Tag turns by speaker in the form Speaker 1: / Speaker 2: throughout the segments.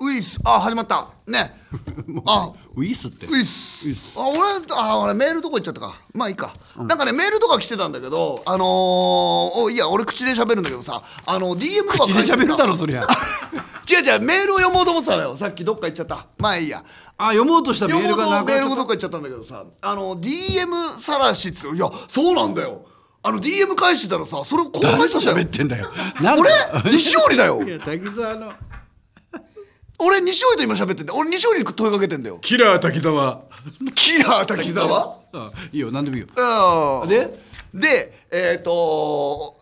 Speaker 1: イスあ始まった ねあ
Speaker 2: ウィスって
Speaker 1: ウイス
Speaker 2: ウイス
Speaker 1: あ俺あ俺メールどこ行っちゃったかまあいいか、なんかねメールとか来てたんだけどあのーおいや俺口で喋るんだけどさあの DM とか
Speaker 2: 口で喋るだろそ
Speaker 1: れ
Speaker 2: りゃ
Speaker 1: 違う違うメールを読もうと思ってたのよさっきどっか行っちゃったまあいいや
Speaker 2: あ読もうとしたメールがなく
Speaker 1: メー
Speaker 2: な
Speaker 1: ルご
Speaker 2: っち
Speaker 1: と
Speaker 2: ゃっ
Speaker 1: か言っちゃったんだけどさあの DM さらしっつういやそうなんだよあの DM 返してたらさそれを公
Speaker 2: た
Speaker 1: 開
Speaker 2: 誰
Speaker 1: した
Speaker 2: と
Speaker 1: じゃ
Speaker 2: 喋っ
Speaker 1: ん
Speaker 2: てん だよ
Speaker 1: 俺西織だよ
Speaker 2: いや滝沢の
Speaker 1: 俺西織と今喋ってんだよ俺西織に問いかけてんだよ
Speaker 2: キラー滝沢
Speaker 1: キラー滝沢
Speaker 2: あいいよ何でもいいよ
Speaker 1: うん
Speaker 2: で
Speaker 1: でえっ、と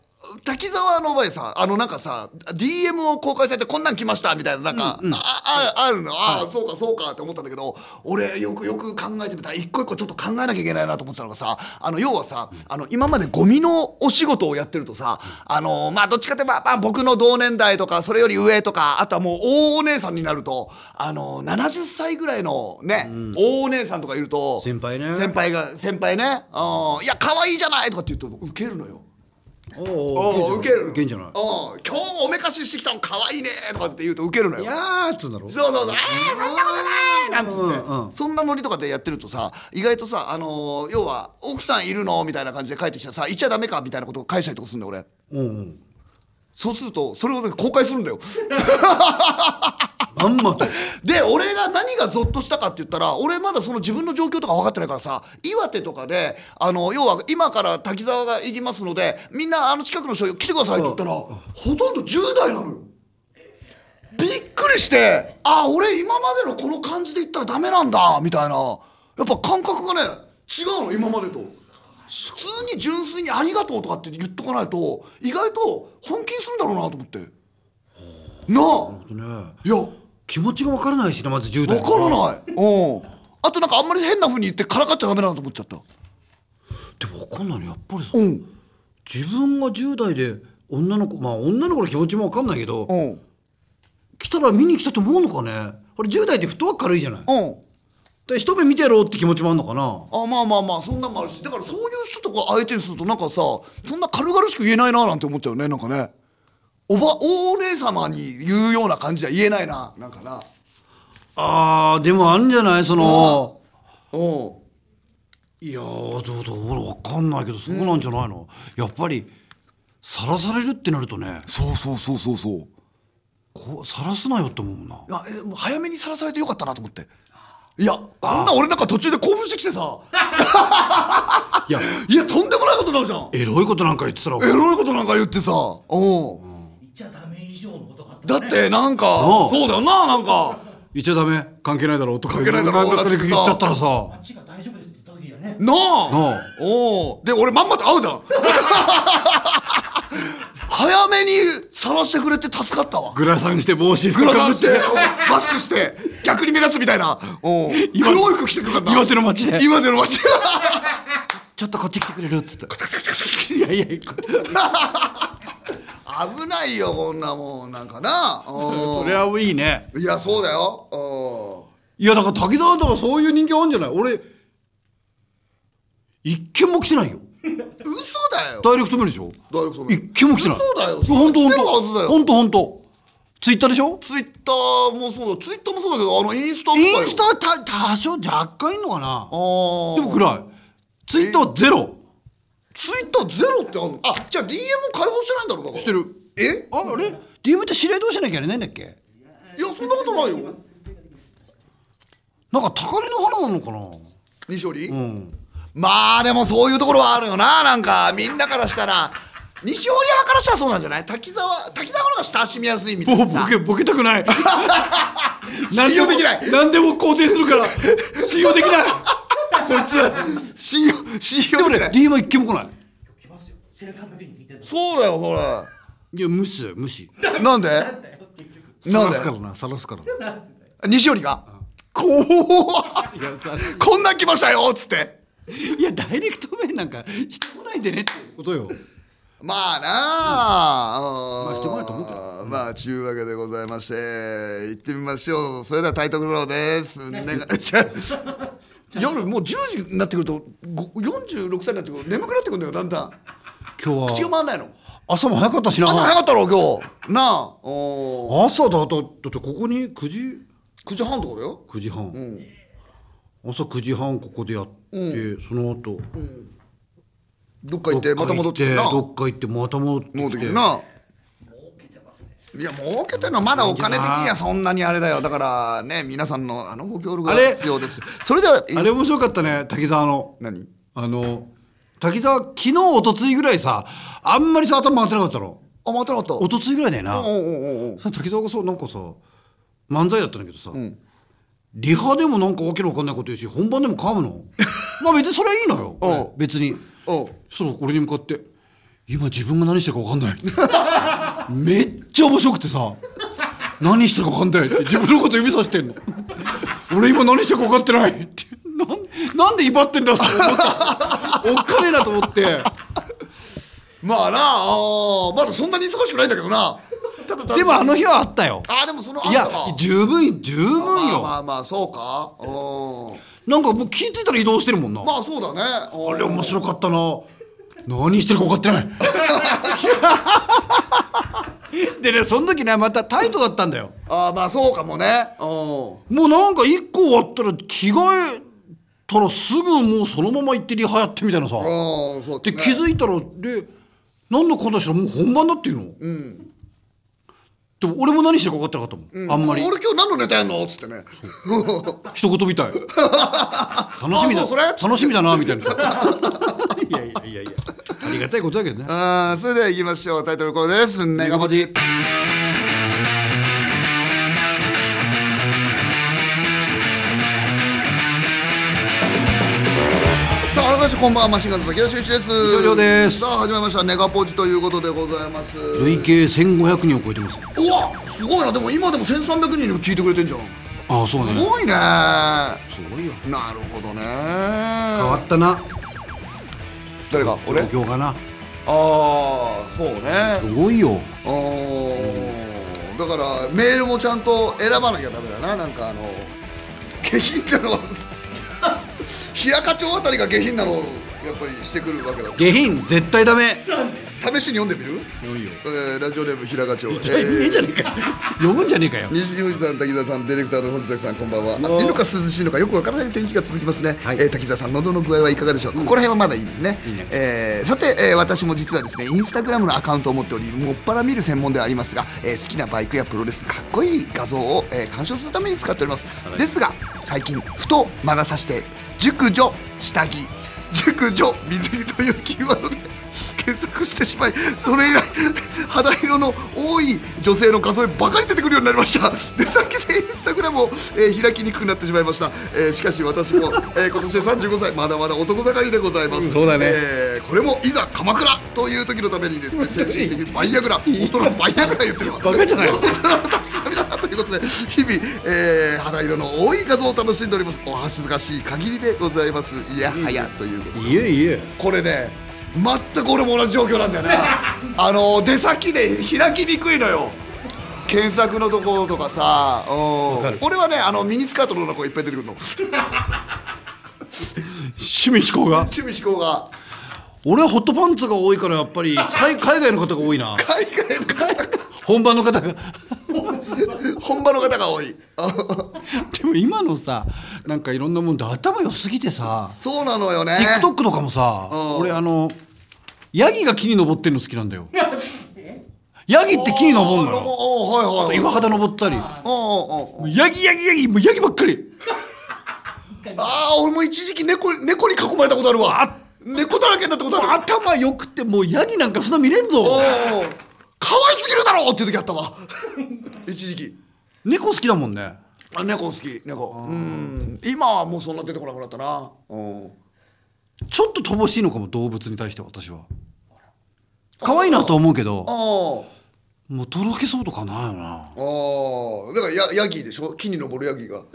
Speaker 1: 滝沢の場合さあのなんかさ DM を公開されてこんなん来ましたみたいななんか、あああるのああ、そうかそうかって思ったんだけど俺よくよく考えてみたら一個一個ちょっと考えなきゃいけないなと思ってたのがさあの要はさあの今までゴミのお仕事をやってるとさあのまあどっちかといえば、まあ、僕の同年代とかそれより上とかあとはもう大お姉さんになるとあの70歳ぐらいのね、大お姉さんとかいると
Speaker 2: 先輩ね
Speaker 1: 先輩が先輩ね「うんいや可愛いじゃない」とかって言うとウケるのよ。
Speaker 2: お
Speaker 1: お
Speaker 2: お
Speaker 1: ウケる
Speaker 2: いけんじゃない
Speaker 1: うん今日おめかししてきたの可愛いねとかって言うとウケるのよ。
Speaker 2: いやーっつうんだろ
Speaker 1: そうそうそう、えー、そんなことないなんつって、
Speaker 2: うんうん
Speaker 1: そんなノリとかでやってるとさ意外とさ、あのー要は「奥さんいるの?」みたいな感じで帰ってきてさ「行っちゃダメか」みたいなことを返したりとかするんだよ俺
Speaker 2: うんうん
Speaker 1: そうするとそれをね公開するんだよ
Speaker 2: まんまと
Speaker 1: で俺が何がゾッとしたかって言ったら俺まだその自分の状況とか分かってないからさ岩手とかであの要は今から滝沢が行きますのでみんなあの近くの人来てくださいって言ったらほとんど10代なのよ。びっくりしてあ俺今までのこの感じで言ったらダメなんだみたいなやっぱ感覚がね違うの今までと普通に純粋に「ありがとう」とかって言っとかないと意外と本気にするんだろうなと思ってな
Speaker 2: ね
Speaker 1: あいや
Speaker 2: 気持ちが分からないしなまず10代
Speaker 1: わからないうんあとなんかあんまり変なふうに言ってからかっちゃダメだなと思っちゃった
Speaker 2: でも分かんないのやっぱりさ
Speaker 1: うん
Speaker 2: 自分が10代で女の子まあ女の子の気持ちも分かんないけど
Speaker 1: うん
Speaker 2: 来たら見に来たと思うのかねこれ10代ってフットワーク軽いじゃない
Speaker 1: うん
Speaker 2: で一目見てやろうって気持ちもあるのかな
Speaker 1: あまあまあまあそんなんもあるしだからそういう人とか相手にするとなんかさそんな軽々しく言えないななんて思っちゃうねなんかねおばお姉様に言うような感じじゃ言えないななんかな
Speaker 2: あーでもあるんじゃないその
Speaker 1: うん
Speaker 2: いやーどうどう俺分かんないけどそうなんじゃないの、やっぱりさらされるってなるとね
Speaker 1: そうそうそうそうそう
Speaker 2: こうさらすなよって思うもんな
Speaker 1: あえもう早めにさらされてよかったなと思っていやあんな俺なんか途中で興奮してきてさ
Speaker 2: いや
Speaker 1: いやとんでもないことになるじゃん
Speaker 2: エロいことなんか言ってたら
Speaker 1: エロいことなんか言ってさうん
Speaker 3: 言っちゃダメ以上のことがあった
Speaker 1: だってなんか
Speaker 2: ああ
Speaker 1: そうだよななんか
Speaker 2: 言っちゃダメ関係ないだろうとか
Speaker 1: 関係ないだろ
Speaker 2: んか言っちゃったら
Speaker 3: あ
Speaker 2: さ
Speaker 3: っちが大丈夫ですって言った時はね
Speaker 1: なあ
Speaker 2: なあ
Speaker 1: おうで俺まんまと会う じゃん早めに晒してくれて助かったわ
Speaker 2: グラサンして帽子
Speaker 1: グラ
Speaker 2: か
Speaker 1: サ
Speaker 2: ぶ
Speaker 1: ンしておマスクして逆に目立つみたいなおう
Speaker 2: 今
Speaker 1: 黒い服着てくるからな
Speaker 2: 岩手の街で
Speaker 1: 今での街
Speaker 2: ちょっとこっち来てくれるっつっていやいや
Speaker 1: 危ないよこんなもんなんかなお
Speaker 2: そうれはいいね
Speaker 1: いやそうだよお
Speaker 2: いやだから滝沢とかそういう人気あるんじゃない俺一件も来てないよ
Speaker 1: う嘘だよ
Speaker 2: ダイレクトメールでしょ
Speaker 1: ダイレクトメール
Speaker 2: 一件も来てない
Speaker 1: 嘘だよ来
Speaker 2: 本当本
Speaker 1: てる
Speaker 2: 当
Speaker 1: はずだよ
Speaker 2: 本当本当ツイッターでしょ
Speaker 1: ツイッターもそうだツイッターもそうだけどあのインスタとかよ
Speaker 2: インスタはた多少若干いんのかな
Speaker 1: あー
Speaker 2: でも暗いツイッターはゼロ
Speaker 1: ツイッターゼロってあんのあじゃあ DM を開放してないんだろうだから
Speaker 2: してる
Speaker 1: え
Speaker 2: ああれ DM って指令どうしなきゃいけないんだっけ
Speaker 1: いやそんなことないよ
Speaker 2: なんか高嶺の花なのかな
Speaker 1: 西織、
Speaker 2: うん
Speaker 1: まあでもそういうところはあるよななんかみんなからしたら西織派からしたらそうなんじゃない滝沢滝沢の方が親しみやすいみたい
Speaker 2: もう
Speaker 1: なさ
Speaker 2: ボケボケた くない
Speaker 1: 信用できない
Speaker 2: 何でも肯定するから信用でき ないこいつ
Speaker 1: 信用信
Speaker 2: で
Speaker 1: 用
Speaker 2: も
Speaker 1: でき
Speaker 2: ね
Speaker 1: ない
Speaker 2: DM は一件も来ない
Speaker 3: 来ますよ1300人聞いてんだ
Speaker 1: そうだよほら
Speaker 2: いや無視だよ無視
Speaker 1: なんでなん
Speaker 2: 晒
Speaker 1: です
Speaker 2: からな晒すからな
Speaker 1: 西織がこう
Speaker 2: いやさ
Speaker 1: こんなん来ましたよっつって
Speaker 2: いやダイレクトメールなんかしてこないでねってことよ
Speaker 1: まあなあ、うん
Speaker 2: まあしてこないと思うけど
Speaker 1: まあちゅうわけでございまして行ってみましょうそれではタイトルローです、ね、 ちゃ夜もう10時になってくるとご46歳になってくると眠くなってくるんだよだんだん
Speaker 2: 今日
Speaker 1: 口が回
Speaker 2: は
Speaker 1: んないの
Speaker 2: 朝も早かったしな
Speaker 1: 朝早かったろ今日なあおー
Speaker 2: 朝だとだってここに9時
Speaker 1: 9時半とかだよ
Speaker 2: 9時
Speaker 1: う
Speaker 2: 半、
Speaker 1: ん
Speaker 2: 朝9時半ここでやって、その後
Speaker 1: どっか行ってまた戻ってきてな
Speaker 2: どっか行ってまた戻って
Speaker 1: 戻
Speaker 2: き
Speaker 1: って
Speaker 2: て
Speaker 1: きてな
Speaker 3: 儲けてますね。
Speaker 1: いや儲けてんのはまだお金的にはそんなにあれだよだからね皆さんのあのご協力が
Speaker 2: あれ
Speaker 1: 必要ですそれでは
Speaker 2: あれ面白かったね滝沢の
Speaker 1: 何
Speaker 2: あの滝沢昨日一昨日ぐらいさあんまりさ頭回ってなかったの
Speaker 1: あまたなかった
Speaker 2: 一昨日ぐらいだよな、
Speaker 1: おうおうおうおう
Speaker 2: さ滝沢がさなんかさ漫才だったんだけどさ、
Speaker 1: ん
Speaker 2: リハでもなんかわけのわかんないこと言うし本番でも噛 むのまあ別にそれはいいのよ、
Speaker 1: うん
Speaker 2: 別に
Speaker 1: おう
Speaker 2: そしたら俺に向かって「今自分が何してるか分かんない」めっちゃ面白くてさ「何してるか分かんない」って自分のこと指さしてんの「俺今何してるか分かってない」ってなんなんで威張ってんだって思ったおっかねえなと思って
Speaker 1: まあなあーまだそんなに忙しくないんだけどなただただ
Speaker 2: でもあの日はあったよ
Speaker 1: あーでもその
Speaker 2: い
Speaker 1: あ
Speaker 2: や
Speaker 1: んたか
Speaker 2: 十分十分よ、
Speaker 1: まあまあまあそうかう
Speaker 2: なんかもう気づいたら移動してるもんな、
Speaker 1: んまあそうだね
Speaker 2: あ
Speaker 1: あ
Speaker 2: れ面白かったな何してるか分かってないでねその時ねまたタイトだったんだよ
Speaker 1: あーまあそうかもねうん
Speaker 2: もうなんか一個終わったら着替えたらすぐもうそのまま行ってリハやってみたいなさ、
Speaker 1: うんそう
Speaker 2: で気づいたらで何のことしたらもう本番だっていうの、でも俺も何してるか分かってなかったもん、あんまり
Speaker 1: 俺今日何のネタやんのっつってね
Speaker 2: 一言みたい 楽しみ
Speaker 1: あ
Speaker 2: だ
Speaker 1: そうそれ
Speaker 2: 楽しみだなみ たいなさいやいやいやいやありがたいことだけどね
Speaker 1: あーそれでは行きましょうタイトルこれです「ネガポジ」さあ改めましてこんばんはマシンガンズの清志一です
Speaker 2: 以上です
Speaker 1: さあ始まりましたネガポジということでございます
Speaker 2: 累計1500人を超えてます
Speaker 1: うわすごいなでも今でも1300人にも聞いてくれてんじゃん
Speaker 2: ああそう
Speaker 1: す
Speaker 2: ね
Speaker 1: ごいねな
Speaker 2: すごいよ
Speaker 1: るほどね
Speaker 2: 変わったな
Speaker 1: 誰が俺あ
Speaker 2: 東京かな
Speaker 1: あーそうね
Speaker 2: すごいよ
Speaker 1: あーだからメールもちゃんと選ばなきゃダメだななんかあの下品なのは 日高町あたりが下品なのをやっぱりしてくるわけだ
Speaker 2: 下品絶対ダメ
Speaker 1: 試しに読んでみる、
Speaker 2: いよ
Speaker 1: えーラジオネーム日高町
Speaker 2: 絶対ねえじゃねえかよ呼ぶんじゃねえかよ
Speaker 1: 西堀さん、滝沢さん、ディレクターの本崎さん、こんばんは。暑いのか涼しいのかよくわからない天気が続きますね。
Speaker 2: はい
Speaker 1: えー滝沢さん、喉の具合はいかがでしょうか。ここら辺はまだいいですね。
Speaker 2: いいね
Speaker 1: えーさて、えー私も実はですね、インスタグラムのアカウントを持っており、もっぱら見る専門ではありますが、えー好きなバイクやプロレス、かっこいい画像を、えー鑑賞するために使っております。ですが、最近ふと魔が差して熟女下着、熟女水着というキーワードで。検索してしまいそれ以来肌色の多い女性の画像にばかり出てくるようになりました出先でインスタグラムを、えー開きにくくなってしまいました、えーしかし私も、えー今年で35歳まだまだ男盛りでございます
Speaker 2: そうだね
Speaker 1: えーこれもいざ鎌倉という時のためにです ね精神的にバイアグラ大人のバイアグラ言ってるわ
Speaker 2: バカじゃないの
Speaker 1: ということで 日々、えー肌色の多い画像を楽しんでおりますお恥ずかしい限りでございますいやはやということで
Speaker 2: いえいえ
Speaker 1: これね全く俺も同じ状況なんだよねあの出先で開きにくいのよ検索のところとかさうん
Speaker 2: わかる
Speaker 1: 俺はねあのミニスカートのような子がいっぱい出てくるの
Speaker 2: 趣味思考が
Speaker 1: 趣味思考が
Speaker 2: 俺はホットパンツが多いからやっぱり 海海外の方が多いな
Speaker 1: 海外の方が
Speaker 2: 本番の方が
Speaker 1: 本場の方が多いあ
Speaker 2: でも今のさなんかいろんなもんで頭良すぎてさ
Speaker 1: そうなのよね
Speaker 2: TikTok とかもさ
Speaker 1: うん
Speaker 2: 俺あのヤギが木に登ってんの好きなんだよヤギって木に登るの
Speaker 1: あ
Speaker 2: よ
Speaker 1: おーはいはい
Speaker 2: 岩
Speaker 1: はい
Speaker 2: 肌登ったり
Speaker 1: おーおーおー
Speaker 2: ヤギヤギヤギもうヤギばっかり
Speaker 1: ああ俺も一時期猫に猫に囲まれたことあるわ猫だらけになったことある
Speaker 2: 頭良くてもうヤギなんかそんな見れん
Speaker 1: おお
Speaker 2: ぞ
Speaker 1: かわいすぎるだろうっていう時あったわ 一時期
Speaker 2: 猫好きだもんね
Speaker 1: あ猫好き猫うん今はもうそんな出てこなくなったなうん
Speaker 2: ちょっと乏しいのかも動物に対して私は可愛いなとは思うけ
Speaker 1: あ
Speaker 2: どもうとろけそうとかないよ
Speaker 1: あ
Speaker 2: な
Speaker 1: ああだからやヤギでしょ木に登るヤギが好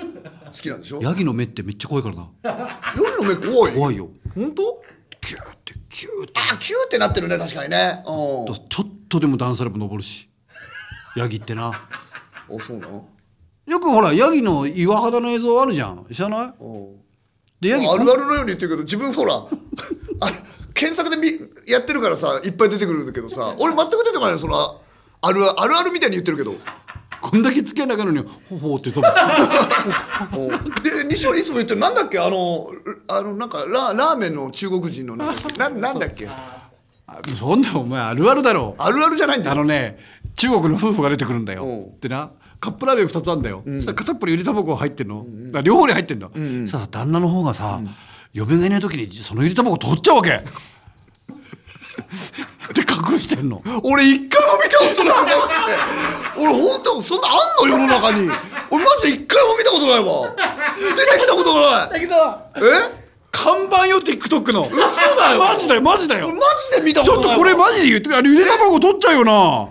Speaker 1: きなんでしょヤ
Speaker 2: ヤギの目ってめっちゃ怖いからな
Speaker 1: ギの目怖い
Speaker 2: 怖いよ
Speaker 1: 本当キューってキューってあキューってなってるね確かにねうん
Speaker 2: ちょっとでも段差でも登るしヤギってな
Speaker 1: あそうなの
Speaker 2: よくほらヤギの岩肌の映像あるじゃん知らない
Speaker 1: うん
Speaker 2: でヤギ
Speaker 1: あるあるのように言ってるけど自分ほらあれ検索でみやってるからさいっぱい出てくるんだけどさ俺全く出てこないのそのあるあるあるみたいに言ってるけど
Speaker 2: こんだけ付き合い長いのにほほって言ってたもん
Speaker 1: で西堀いつも言ってるなんだっけあのあのなんかララーメンの中国人のなんだっけななんだっけあ
Speaker 2: あそんなお前あるあるだろ
Speaker 1: るあるじゃないんだ
Speaker 2: あ
Speaker 1: よ
Speaker 2: のね中国の夫婦が出てくるんだよ、
Speaker 1: おう
Speaker 2: でなカップラーメン2つあんだよ、そしたら片っぽにゆで卵が入ってんの、だから両方に入ってんの、さあ旦那の方がさ、嫁がいない時にそのゆで卵取っちゃう わけで隠してんの
Speaker 1: 俺一回も見たことないマジで俺本当そんなあんの世の中に俺マジで一回も見たことないわ出てきたことがない
Speaker 2: けど
Speaker 1: え
Speaker 2: 看板よ TikTok の嘘
Speaker 1: だよ
Speaker 2: マジだよマジだ
Speaker 1: 俺
Speaker 2: よ
Speaker 1: マジで見たこ
Speaker 2: ち
Speaker 1: と
Speaker 2: ょ
Speaker 1: ない
Speaker 2: っと
Speaker 1: わ
Speaker 2: これマジで言ってくれあれゆで卵取っちゃうよ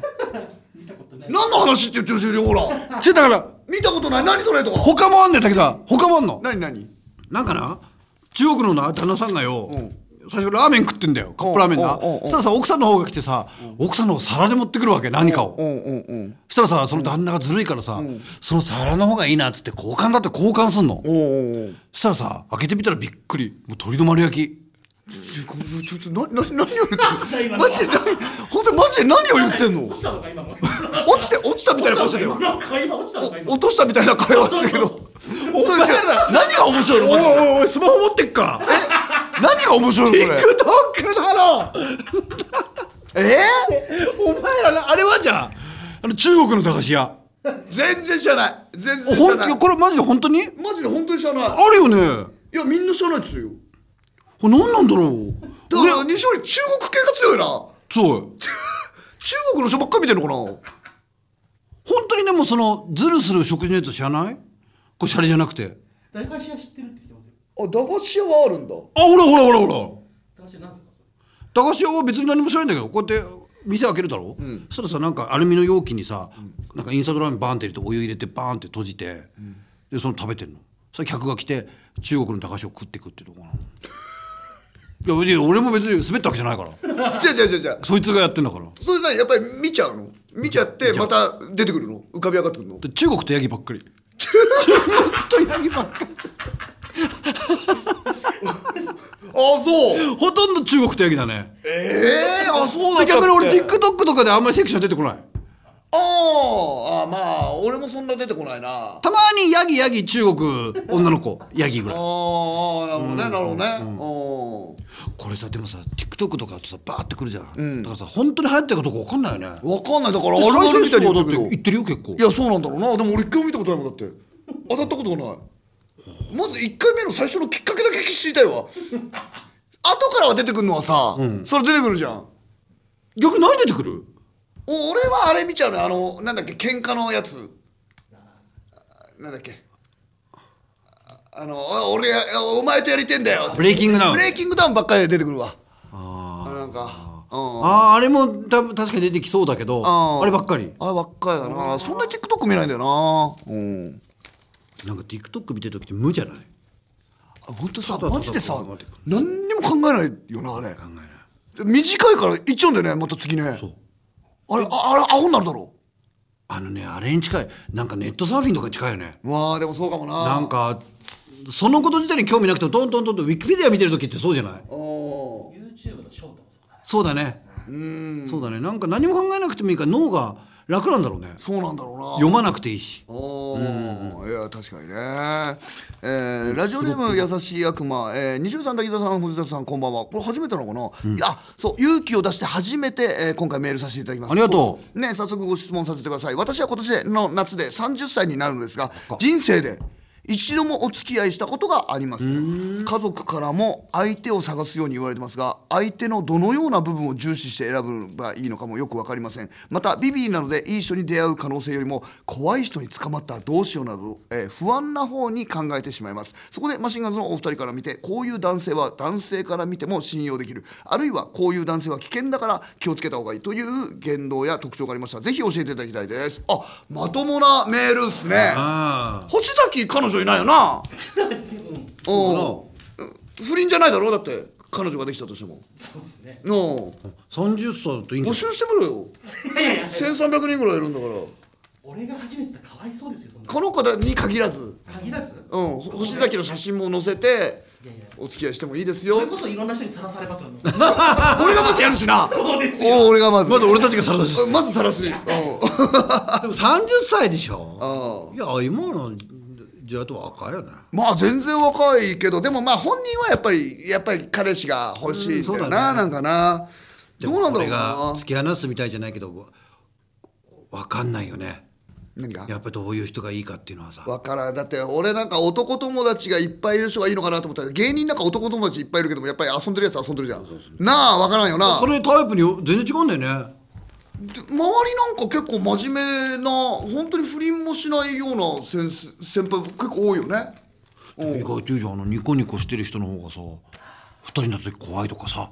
Speaker 1: 何の話って言ってるしほら
Speaker 2: なちょだから
Speaker 1: 見たことない何それとか
Speaker 2: 他もあんねんだけど他もあんの
Speaker 1: 何何
Speaker 2: なんかな中国のな旦那さんがよ、
Speaker 1: ん
Speaker 2: 最初ラーメン食ってんだよカップラーメンな
Speaker 1: うんうんうんうん
Speaker 2: そしたらさ奥さんの方が来てさ、奥さんの方皿で持ってくるわけ何かを、
Speaker 1: んうんうん
Speaker 2: そしたらさその旦那がずるいからさ、その皿の方がいいなっつって交換だって交換すんの、
Speaker 1: おうおう
Speaker 2: そしたらさ開けてみたらびっくりもう鶏の丸焼き
Speaker 1: ちょこちょちょなな何を言ってんのマジで何本当にマジで何を言ってんの
Speaker 3: 落ちたのか今の。
Speaker 1: 落ちて落ちたみたいな顔してるよ
Speaker 3: なんか今落ちたのか
Speaker 1: お
Speaker 3: 今。
Speaker 1: 落としたみたいな会話してるけど
Speaker 2: お前 ら
Speaker 1: 何が面白いの
Speaker 2: お
Speaker 1: マ
Speaker 2: い
Speaker 1: ジで
Speaker 2: おいおいスマホ持ってっか
Speaker 1: 何が面白いのこれ
Speaker 2: TikTok だ ろ
Speaker 1: え
Speaker 2: お前らなあれはじゃああの中国の駄菓子屋
Speaker 1: ー、全然知らない全然知
Speaker 2: ほ
Speaker 1: ら
Speaker 2: ん
Speaker 1: ない
Speaker 2: これマジで本当に
Speaker 1: マジで本当に知らない
Speaker 2: あるよね
Speaker 1: いやみんな知らないですよ
Speaker 2: これ何なんだろう
Speaker 1: だから西堀中国系が強いな
Speaker 2: そう
Speaker 1: 中国の人ばっかり見てるのかな
Speaker 2: 本当にでもそのズルする食事のやつ知らないこれシャレじゃなくて
Speaker 3: 大菓子屋知ってるって言ってますよ。
Speaker 1: あ駄菓子屋はあるんだ
Speaker 2: あほらほらほらほ
Speaker 3: 駄菓子屋なんですか。そ
Speaker 2: ら駄菓子屋は別に何もしないんだけどこうやって店開けるだろ、うそしたらさなんかアルミの容器にさ、なんかインスタントラーメンバーンって入れてお湯入れてバーンって閉じて、でその食べてんのそしたら客が来て中国の駄菓子を食ってくってとこなのいやいや俺も別に滑ったわけじゃないから
Speaker 1: じゃあじゃあじゃあじゃあ
Speaker 2: そいつがやってんだから
Speaker 1: それなやっぱり見ちゃうの見ちゃってまた出てくるの浮かび上がってくるの
Speaker 2: で中国とヤギばっ かり中国とヤギばっかり
Speaker 1: ああそう
Speaker 2: ほとんど中国とヤギだね
Speaker 1: ええあそうなんだったっけ
Speaker 2: 逆に俺 TikTok とかであんまりセクション出てこない
Speaker 1: あーあーまあ俺もそんな出てこないなあ
Speaker 2: たまにヤギヤギ中国女の子ヤギぐ
Speaker 1: あ
Speaker 2: らい
Speaker 1: ーなるほどねなるほどねうん
Speaker 2: これさでもさ TikTok とかだとさバーってくるじゃん、
Speaker 1: ん
Speaker 2: だからさ本当に流行ってるかどうか分かんないよね
Speaker 1: わかんないだからあ
Speaker 2: あ
Speaker 1: るあるみたいに
Speaker 2: だ
Speaker 1: 言
Speaker 2: っ
Speaker 1: ってる
Speaker 2: て言
Speaker 1: け
Speaker 2: ってるよ結構
Speaker 1: どいやそうなんだろうなでも俺一回も見たことないもんだって当たったことがないまず一回目の最初のきっかけだけ知りたいわ 後からは出てくるのはさ、それ出てくるじゃん
Speaker 2: 逆に何出てくる
Speaker 1: お俺はあれ見ちゃうねあのなんだっけ喧嘩のやつなんだっけああのお俺やお前とやりてんだよ
Speaker 2: ブレイキングダウン
Speaker 1: ブレイキングダウンばっかり出てくるわ
Speaker 2: あ
Speaker 1: あなんかうん
Speaker 2: あーあれもた確かに出てきそうだけど
Speaker 1: うん
Speaker 2: あればっかり
Speaker 1: あればっかりだなそんな TikTok 見ないんだよなうん
Speaker 2: なんか TikTok 見てる時って無じゃない考
Speaker 1: あ本当さ
Speaker 2: ただただ
Speaker 1: マジでさ
Speaker 2: ただただ
Speaker 1: 何にも考えないよなあれ
Speaker 2: えない
Speaker 1: 短いからいっちゃうんだよねまた次ね
Speaker 2: そう
Speaker 1: あれああれアホになるだろ
Speaker 2: あのねあれに近いなんかネットサーフィンとかに近いよね
Speaker 1: まあでもそうかもな
Speaker 2: なんかそのこと自体に興味なくてもトントントンとウィキペディア見てる時ってそうじゃない
Speaker 1: お
Speaker 3: YouTube のショートもそうだね。
Speaker 2: そうだね
Speaker 1: うん
Speaker 2: そうだねなんか何も考えなくてもいいから脳が楽なんだろうね
Speaker 1: そうなんだろうな
Speaker 2: 読まなくていいし
Speaker 1: おーいや確かにね、えーラジオネーム優しい悪魔、えー、西尾さん滝沢さん藤田さんこんばんはこれ初めてなのかな、いやそう勇気を出して初めて、えー今回メールさせていただきます
Speaker 2: ありがと
Speaker 1: うね早速ご質問させてください私は今年の夏で30歳になるのですが人生で一度もお付き合いしたことがあります家族からも相手を探すように言われてますが相手のどのような部分を重視して選ぶのがいいのかもよく分かりませんまたビビリなのでいい人に出会う可能性よりも怖い人に捕まったらどうしようなど、えー不安な方に考えてしまいますそこでマシンガンズのお二人から見てこういう男性は男性から見ても信用できるあるいはこういう男性は危険だから気をつけた方がいいという言動や特徴がありましたらぜひ教えていただきたいですあまともなメールっすね
Speaker 2: あ
Speaker 1: 星崎彼女いないよなおうん不倫じゃないだろだって彼女ができたとしても
Speaker 3: そうですね。
Speaker 1: の
Speaker 2: あ30歳だといいん
Speaker 1: 募
Speaker 2: じゃない
Speaker 1: 集してみろよ
Speaker 3: いやいや
Speaker 1: 1300人ぐらいいるんだから
Speaker 3: 俺が初めてかわいそうですよ。そんな
Speaker 1: この子に限らず
Speaker 3: 限らず。
Speaker 1: うん、ほ星崎の写真も載せて
Speaker 3: いやいや
Speaker 1: お付き合いしてもいいです
Speaker 3: そ
Speaker 1: よ
Speaker 3: れこそいろんな人にさらされますよね
Speaker 1: 俺がまずやるしな
Speaker 3: そうですよ
Speaker 1: お俺がまず
Speaker 2: まず俺たちがさらだ し
Speaker 1: まずさらすうん
Speaker 2: でも30歳でしょ
Speaker 1: ああ
Speaker 2: いや今の時代と若いよね
Speaker 1: まあ全然若いけどでもまあ本人はやっぱりやっぱり彼氏が欲しいんだ
Speaker 2: う
Speaker 1: よ
Speaker 2: んそう
Speaker 1: な、
Speaker 2: だね
Speaker 1: なんかな
Speaker 2: で
Speaker 1: ど
Speaker 2: も
Speaker 1: うなんだ
Speaker 2: こ
Speaker 1: ろ
Speaker 2: れ
Speaker 1: う
Speaker 2: が
Speaker 1: な
Speaker 2: 突き放すみたいじゃないけどわわかんないよね
Speaker 1: 何か
Speaker 2: やっぱりどういう人がいいかっていうのはさ
Speaker 1: わからんだって俺なんか男友達がいっぱいいる人がいいのかなと思ったら芸人なんか男友達いっぱいいるけどもやっぱり遊んでるやつは遊んでるじゃんなあわからんよな
Speaker 2: これタイプによ全然違うんだよね
Speaker 1: で周りなんか結構真面目な本当に不倫もしないような先先輩結構多いよねうん
Speaker 2: 意外といいじゃんあのニコニコしてる人の方がさ二人になった時怖いとかさ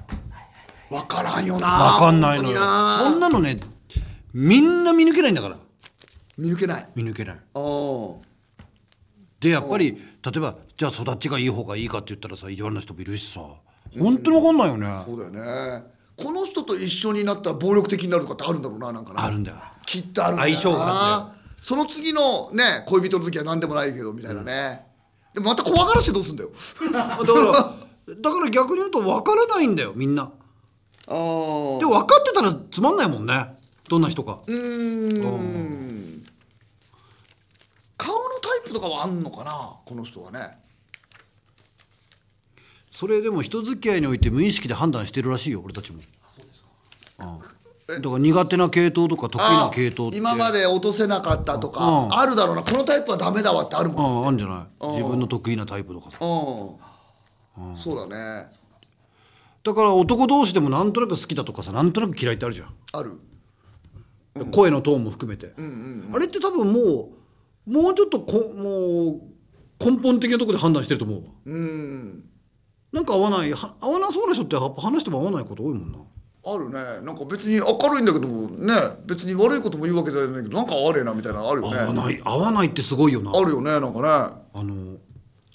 Speaker 1: わからんよな
Speaker 2: わかんないのよ
Speaker 1: 本当に
Speaker 2: そんなのねみんな見抜けないんだから
Speaker 1: 見抜けない
Speaker 2: 見抜けない
Speaker 1: ああ
Speaker 2: でやっぱり例えばじゃあ育ちがいい方がいいかって言ったらさ意地悪な人もいるしさ本当に分かんないよね、
Speaker 1: そうだよねこの人と一緒になったら暴力的になるとかってあるんだろうななんかな
Speaker 2: あるんだよ
Speaker 1: きっとあるんだよな
Speaker 2: 相性があるん
Speaker 1: その次のね恋人の時は何でもないけどみたいなね、でもまた怖がらしてどうすんだ よ
Speaker 2: だからだから逆に言うと分からないんだよみんな
Speaker 1: ああ
Speaker 2: で分かってたらつまんないもんねどんな人か
Speaker 1: うーん顔のタイプとかはあんのかなこの人はね
Speaker 2: それでも人付き合いにおいて無意識で判断してるらしいよ俺たちもうんだから苦手な系統とか得意な
Speaker 1: あー
Speaker 2: 系統って
Speaker 1: 今まで落とせなかったとか、
Speaker 2: うん
Speaker 1: あるだろうなこのタイプはダメだわってある
Speaker 2: う
Speaker 1: もん、
Speaker 2: んあるんじゃない自分の得意なタイプとかさ
Speaker 1: うんそうだね
Speaker 2: だから男同士でもなんとなく好きだとかさなんとなく嫌いってあるじゃん
Speaker 1: ある
Speaker 2: 声のトーンも含めて、あれって多分もうもうちょっとこもう根本的なところで判断してると思うわ
Speaker 1: うん
Speaker 2: なんか合わないは合わなそうな人ってやっぱ話しても合わないこと多いもんな
Speaker 1: あるねなんか別に明るいんだけどもね別に悪いことも言うわけじゃないけどなんかあれなみたいなのあるよ
Speaker 2: 合
Speaker 1: ね
Speaker 2: わない合わないってすごいよな
Speaker 1: あるよねなんか
Speaker 2: あの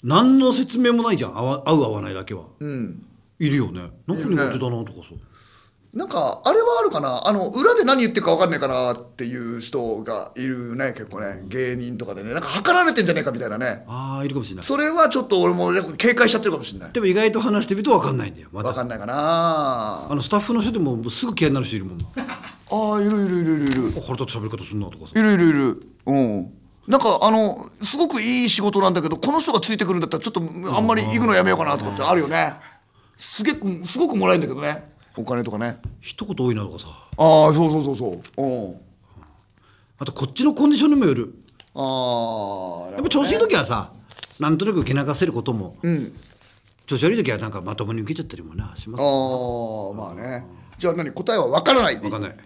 Speaker 2: 何の説明もないじゃん合わ合う合わないだけは
Speaker 1: ねうん
Speaker 2: いるよねなんか苦手だなとかさ
Speaker 1: なんかあれはあるかなあの裏で何言ってるか分かんないかなっていう人がいるね結構ね芸人とかでねなんか測られてんじゃねえかみたいなね
Speaker 2: ああいるかもしれない
Speaker 1: それはちょっと俺も警戒しちゃってるかもしれない
Speaker 2: でも意外と話してみると分かんないんだよま
Speaker 1: 分か
Speaker 2: だ
Speaker 1: んないかな
Speaker 2: あのスタッフの人でもすぐ嫌いになる人いるもんなあ
Speaker 1: ああいるいるいるいるいる
Speaker 2: 腹立つ喋り方すんなとかさ
Speaker 1: いるいるいるうんなんかあのすごくいい仕事なんだけどこの人がついてくるんだったらちょっとあんまり行くのやめようかなとかってあるよねすげえすごくもらえるんだけどねお金とかね
Speaker 2: 一言多いなとかさ
Speaker 1: ああそうそうそうそううん
Speaker 2: あとこっちのコンディションにもよる
Speaker 1: ああ
Speaker 2: やっぱ調子いい時はさなんとなく受け流せることも
Speaker 1: うん
Speaker 2: 調子悪い時はなんかまともに受けちゃったりもなします
Speaker 1: ああまあねじゃあ何答えは分からない
Speaker 2: 分かんない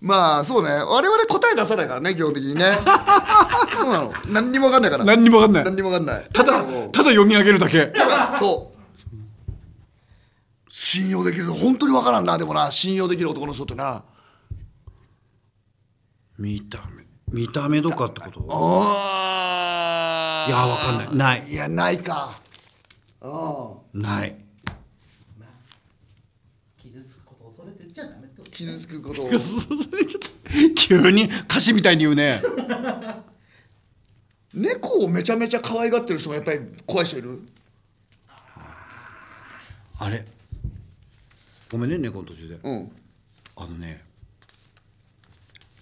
Speaker 1: まあそうね我々答え出さないからね基本的 にねそうなの何にも分かんないから
Speaker 2: 何にも分かんない
Speaker 1: 何にも分かんない
Speaker 2: ただ
Speaker 1: うん
Speaker 2: ただ読み上げるだけ
Speaker 1: ただそう信用できる本当に分からんなでもな信用できる男の人ってな
Speaker 2: 見た目見た目とかってこと
Speaker 1: あ
Speaker 2: いや分かんないない
Speaker 1: いやないかうん
Speaker 2: ない
Speaker 3: まあ傷つくことを恐れてちゃダメってことです
Speaker 1: 傷
Speaker 3: ね
Speaker 1: つくことを
Speaker 2: 急に歌詞みたいに言うね
Speaker 1: 猫をめちゃめちゃ可愛がってる人もやっぱり怖い人いる
Speaker 2: あれごめんね猫の途中で
Speaker 1: うん
Speaker 2: あのね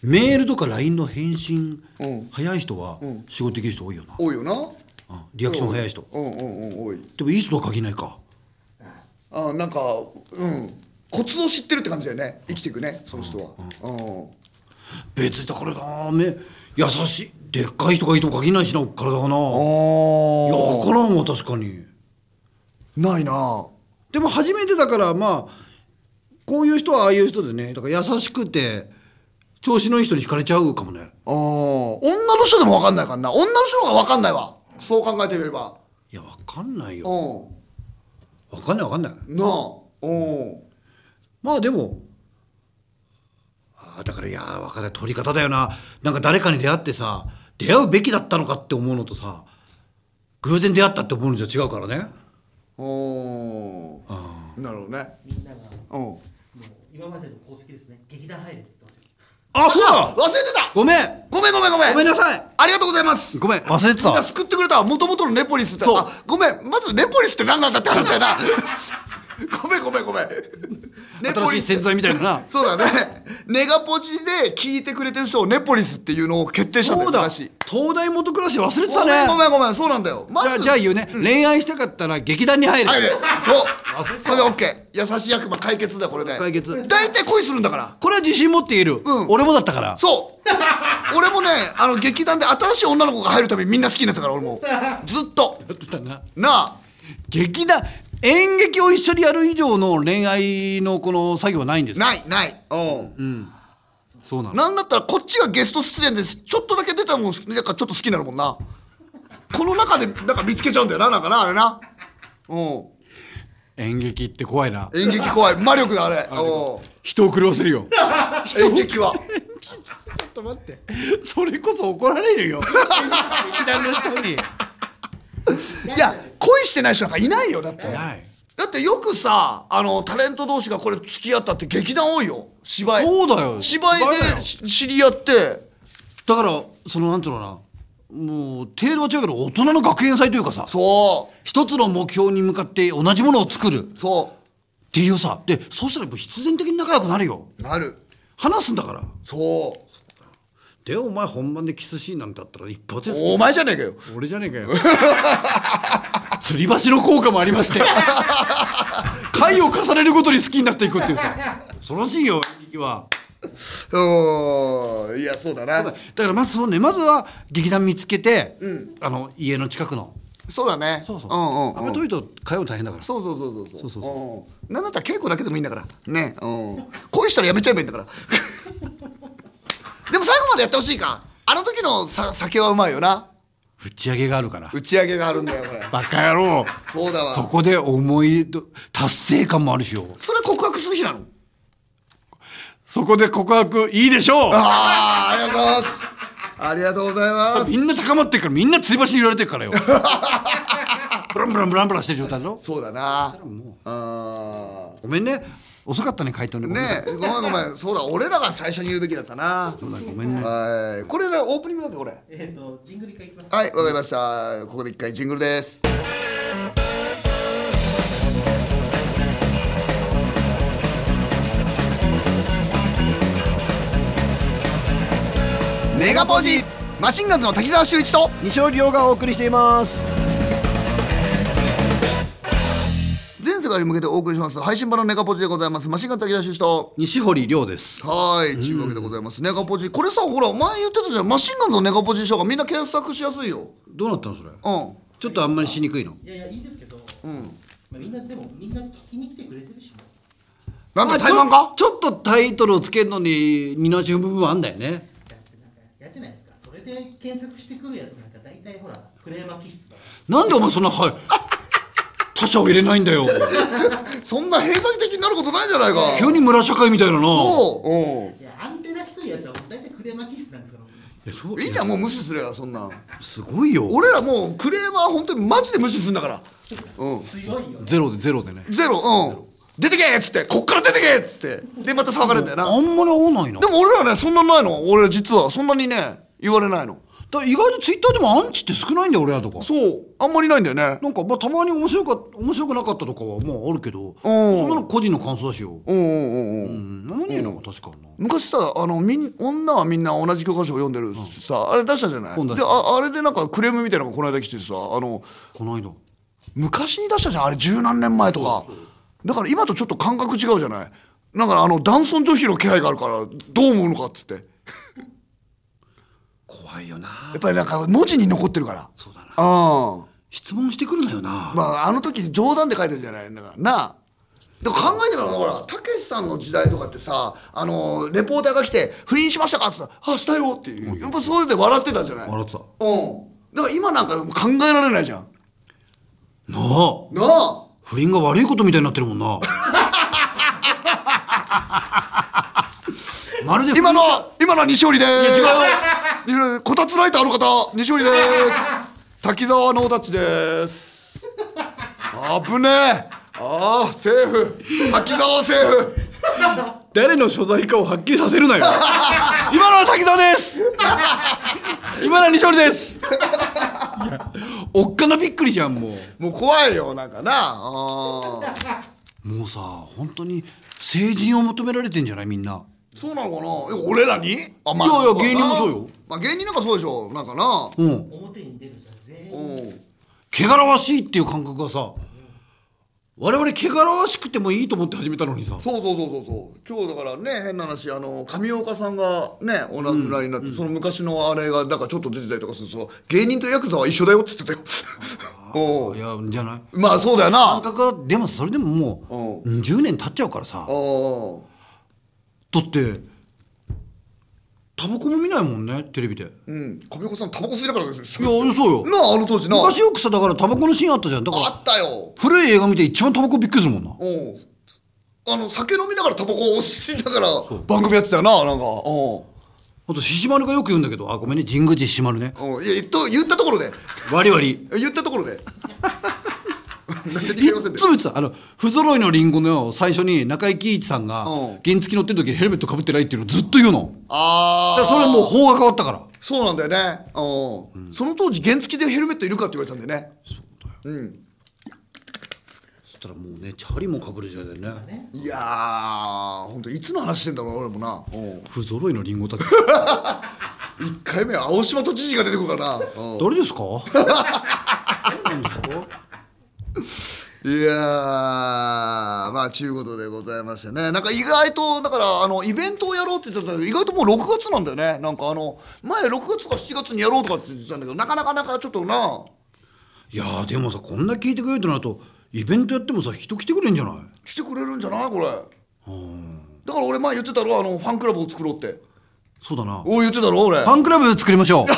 Speaker 2: メールとか LINE の返信
Speaker 1: うん
Speaker 2: 早い人は仕事できる人多いよな
Speaker 1: 多いよな
Speaker 2: うんリアクション早い人
Speaker 1: うんうんうん多い
Speaker 2: でもいい人とは限らないか
Speaker 1: あなんかうんコツを知ってるって感じだよね生きていくねその人はうん
Speaker 2: 別にだからなめ優しいでっかい人がいいとも限らないしな体がないや分からんわ確かに
Speaker 1: ないな
Speaker 2: でも初めてだからまあこういう人はああいう人でねだから優しくて調子のいい人に惹かれちゃうかもね
Speaker 1: あー女の人でも分かんないからな女の人の方が分かんないわそう考えてみれば
Speaker 2: いや分かんないよ
Speaker 1: う
Speaker 2: 分かんない分かんない
Speaker 1: んなあうん
Speaker 2: まあでもああだからいや分かんない取り方だよななんか誰かに出会ってさ出会うべきだったのかって思うのとさ偶然出会ったって思うのじゃ違うからね
Speaker 1: うん
Speaker 2: あ
Speaker 1: なるほどね
Speaker 3: みんながもう
Speaker 1: うん
Speaker 3: 今までの功績ですね劇団入れって言ってますよ
Speaker 2: あそう
Speaker 1: あ
Speaker 2: だ
Speaker 1: 忘れてた
Speaker 2: ごめん
Speaker 1: ごめんごめんごめん
Speaker 2: ごめんなさい
Speaker 1: ありがとうございます
Speaker 2: ごめん忘れて
Speaker 1: みんな
Speaker 2: た
Speaker 1: 救ってくれたもともとのネポリスって
Speaker 2: そう
Speaker 1: あごめんまずネポリスって何なんだって話だよ なごめんごめんごめんネポ
Speaker 2: 新し
Speaker 1: リ
Speaker 2: い
Speaker 1: ス
Speaker 2: 洗剤みたいなな
Speaker 1: そうだねネガポジで聞いてくれてる人をネポリスっていうのを決定したんだ
Speaker 2: そ
Speaker 1: よ
Speaker 2: うだ
Speaker 1: 昔
Speaker 2: 東大元暮らし忘れて
Speaker 1: ご
Speaker 2: た
Speaker 1: めんご
Speaker 2: ね
Speaker 1: めんごめんそうなんだよ
Speaker 2: じ
Speaker 1: ま
Speaker 2: ゃあ
Speaker 1: ず
Speaker 2: じゃあ言うね恋愛したかったら劇団に入
Speaker 1: はいね
Speaker 2: る
Speaker 1: そ
Speaker 2: 忘
Speaker 1: う
Speaker 2: れて
Speaker 1: そ
Speaker 2: た
Speaker 1: れでオッケー優しい悪魔解決だこれで
Speaker 2: 解決
Speaker 1: 大体恋するんだから
Speaker 2: これは自信持って言える
Speaker 1: うん
Speaker 2: 俺もだったから
Speaker 1: そう俺もねあの劇団で新しい女の子が入るためにみんな好きになったから俺もずっと
Speaker 2: やってたな
Speaker 1: なあ
Speaker 2: 劇団演劇を一緒にやる以上の恋愛のこの作業はないんです
Speaker 1: ないないうん
Speaker 2: そうなの
Speaker 1: なんだったらこっちがゲスト出演ですちょっとだけ出たもんなんかちょっと好きになるもんなこの中でなんか見つけちゃうんだよななんかなあれなうん
Speaker 2: 演劇って怖いな
Speaker 1: 演劇怖い魔力だあれう
Speaker 2: 人を狂わせるよ
Speaker 1: ん演劇は
Speaker 2: ちょっと待ってそれこそ怒られるよ劇団の人に
Speaker 1: いや恋してない人なんかいないよだって
Speaker 2: ない
Speaker 1: だってよくさあのタレント同士がこれ付き合ったって劇団多いよ芝居
Speaker 2: そうだよ
Speaker 1: 芝居
Speaker 2: だよ
Speaker 1: でし知り合って
Speaker 2: だからそのなんていうのかなもう程度は違うけど大人の学園祭というかさ
Speaker 1: そ
Speaker 2: 一つの目標に向かって同じものを作るっ
Speaker 1: うそ
Speaker 2: ていうさでそうしたらやっぱ必然的に仲良くなるよ
Speaker 1: うなる
Speaker 2: 話すんだから
Speaker 1: そう
Speaker 2: でお前本番でキスシーンなんてあったら一発です
Speaker 1: お前じゃねえかよ
Speaker 2: 俺じゃねえかよ 吊り橋の効果もありま して回を重ねるごとに好きになっていくっていうさ恐ろしいよ演劇は
Speaker 1: うーんいやそうだな
Speaker 2: だからまずそうねまずは劇団見つけて、あの家の近くの
Speaker 1: そうだね
Speaker 2: そうそ
Speaker 1: ん
Speaker 2: う、
Speaker 1: うん
Speaker 2: あんま
Speaker 1: うん
Speaker 2: り遠いと通うの大変だから
Speaker 1: そうそうそうそうそう
Speaker 2: そうそう
Speaker 1: うんなんだったら稽古だけでもいいんだからねうん恋したらやめちゃえばいいんだから でも最後までやってほしいかあの時のさ酒はうまいよな
Speaker 2: 打ち上げがあるから
Speaker 1: 打ち上げがあるんだよこれ
Speaker 2: バカ野郎
Speaker 1: そうだわ
Speaker 2: そこで思い出達成感もあるしよ
Speaker 1: それ告白する日なの
Speaker 2: そこで告白いいでしょう
Speaker 1: ああありがとうございますありがとうございます
Speaker 2: みんな高まってるからみんな吊り橋に揺られてるからよブランブランブランブランしてる状態だろ
Speaker 1: そうだな
Speaker 2: もう
Speaker 1: あ
Speaker 2: ごめんね遅かったね回答に
Speaker 1: ーねえごめんごめんそうだ俺らが最初に言うべきだったな
Speaker 2: ごめんねそうだごめんね
Speaker 1: はいこれねオープニングだっけこれ
Speaker 3: えっ、と、ジングル一回いきますか。
Speaker 1: はい、わかりました。ここで一回ジングルです。メガポジマシンガンズの滝沢秀一と
Speaker 2: 二勝両がお送りしています
Speaker 1: 全世界に向けてお送りします配信版のネガポジでございますマシンガンズ滝沢秀一と
Speaker 2: 西堀亮です
Speaker 1: はいというわけでございますネガポジこれさほら前言ってたじゃんマシンガンズのネガポジショーがみんな検索しやすいよ
Speaker 2: どうなったのそれ
Speaker 1: うん
Speaker 2: ちょっとあんまりしにくいの
Speaker 3: いやいや、いいですけど、
Speaker 1: うん
Speaker 3: まあ、みんな、でも、みんな聞きに来てくれてるし、
Speaker 1: なんだ
Speaker 2: あ
Speaker 1: 対マンか
Speaker 2: ちょちょっとタイトルをつけるのに二の重部分はあんだよね
Speaker 3: だってなんか、やじゃないですか。それで検索してくるやつなんか、大体ほら、クレーマー気質だか
Speaker 2: なんでお前そんなはい他者を入れないんだよ
Speaker 1: そんな閉鎖的になることないじゃないか
Speaker 2: 急に村社会みたいなな
Speaker 1: そううん
Speaker 3: ら。いや、アンテナ低いやつは、大体クレーマー気質なんですから。
Speaker 2: いやそう
Speaker 1: いいじゃんもう無視すればそんなん
Speaker 2: すごいよ
Speaker 1: 俺らもうクレーマー本当にマジで無視すんだからうん
Speaker 3: 強いよ。
Speaker 2: ゼロでゼロでね
Speaker 1: ゼロうん出てけっつってこっから出てけっつってでまた騒がれるんだよ
Speaker 2: あ
Speaker 1: なん
Speaker 2: まり合わないな
Speaker 1: でも俺らねそんなないの俺実はそんなにね言われないの
Speaker 2: だから意外とツイッターでもアンチって少ないんだよ俺らとか
Speaker 1: そうあんまりないんだよね
Speaker 2: なんかまあたまに面白か面白くなかったとかはまああるけどそんなの個人の感想だしよ
Speaker 1: うんうんうんう
Speaker 2: うんん何ねえな確かにな
Speaker 1: 昔さあのみん女はみんな同じ教科書を読んでるさあれ出したじゃない
Speaker 2: 今度
Speaker 1: でああれでなんかクレームみたいなのがこの間来てさあの
Speaker 2: この間
Speaker 1: 昔に出したじゃんあれ十何年前とかだから今とちょっと感覚違うじゃないだからあの男尊女卑の気配があるからどう思うのかっつってや
Speaker 2: 怖いよな
Speaker 1: っぱりなんか文字に残ってるから
Speaker 2: そうだな
Speaker 1: あ
Speaker 2: 質問してくるなよ
Speaker 1: あ
Speaker 2: な
Speaker 1: まああの時冗談で書いてるじゃないだからなあでも考えてみたらほらたけしさんの時代とかってさあのレポーターが来て「不倫しましたか?」っつったら「あしたよ」っていうやっぱそういうので笑ってたじゃないうん
Speaker 2: 笑ってた
Speaker 1: だから今なんか考えられないじゃん
Speaker 2: なあ
Speaker 1: なあ
Speaker 2: 不倫が悪いことみたいになってるもん なまるで不 倫
Speaker 1: 今の今のは西織でーす。
Speaker 2: いや
Speaker 1: 違う。 こたつライターの方西織でーす。滝沢ノータッチでーす。危ねえ。ああセーフ。滝沢セーフ。
Speaker 2: 誰の所在かをはっきりさせるなよ今のは滝沢です今のは西堀ですいやおっかなびっくりじゃんも
Speaker 1: もう怖いよなんかなあー
Speaker 2: うもうさ本当に成人を求められてんじゃないみんな
Speaker 1: そうなのかなえ俺らにあ、
Speaker 2: いやいや
Speaker 1: そだな
Speaker 2: 芸人もそうよ
Speaker 1: まあ、芸人なんかそうでしょなんかな
Speaker 2: うん
Speaker 3: 表に出る人は全
Speaker 1: う
Speaker 3: 員
Speaker 1: ん
Speaker 2: 汚らわしいっていう感覚がさ我々汚らわしくてもいいと思って始めたのにさ
Speaker 1: そうそうそうそうそう今日だからね変な話あの上岡さんがねお亡くなりになって、その昔のあれがだからちょっと出てたりとかすると芸人とヤクザは一緒だよっつってたよおう
Speaker 2: いやじゃない
Speaker 1: まあ そうだよ
Speaker 2: 感
Speaker 1: な
Speaker 2: 覚はでもそれでももう10年経っちゃうからさ
Speaker 1: おう
Speaker 2: だってタバコも見ないもんねテレビでいや
Speaker 1: うん上岡さんタバコ吸いながらですよ
Speaker 2: そうよ
Speaker 1: なああの当時な
Speaker 2: 昔よくさだからタバコのシーンあったじゃんだから
Speaker 1: あったよ
Speaker 2: 古い映画見て一番タバコびっくりするもんな
Speaker 1: おうあの酒飲みながらタバコを吸いながら番組やってたよななんかおう
Speaker 2: あと獅子丸がよく言うんだけどあごめんね神宮寺獅子丸ね
Speaker 1: おういや言っと言ったところで
Speaker 2: 割り割り
Speaker 1: 言ったところ でなんで逃
Speaker 2: いっ
Speaker 1: げませんで
Speaker 2: つも言ってたあの不揃いのリンゴの最初に中井貴一さんが
Speaker 1: うん
Speaker 2: 原付乗ってる時にヘルメットかぶってないっていうのをずっと言うの
Speaker 1: あ
Speaker 2: だ
Speaker 1: あ
Speaker 2: からそれはもう法が変わったから
Speaker 1: そうなんだよね、うんその当時原付でヘルメットいるかって言われたんだよねうん
Speaker 2: そしたらもうねチャリもかぶる時代だよね
Speaker 3: ね
Speaker 1: いやー本当いつの話してんだろうな俺もな、うん、
Speaker 2: 不揃いのリンゴたち
Speaker 1: 1回目は青島都知事が出てくるからな、うん
Speaker 2: 誰ですか誰なんですか
Speaker 1: いやーまあちゅうことでございましてねなんか意外とだからあのイベントをやろうって言ってたんだけど意外ともう6月なんだよねなんかあの前6月とか7月にやろうとかって言ってたんだけどなかなかなかちょっとない
Speaker 2: やーでもさこんな聞いてくれるとなるとイベントやってもさ人来てくれんじゃない
Speaker 1: 来てくれるんじゃないこれだから俺前言ってたろあのファンクラブを作ろうって
Speaker 2: そうだなフ
Speaker 1: おう言ってたろ俺
Speaker 2: ァンクラブ作りましょう
Speaker 1: で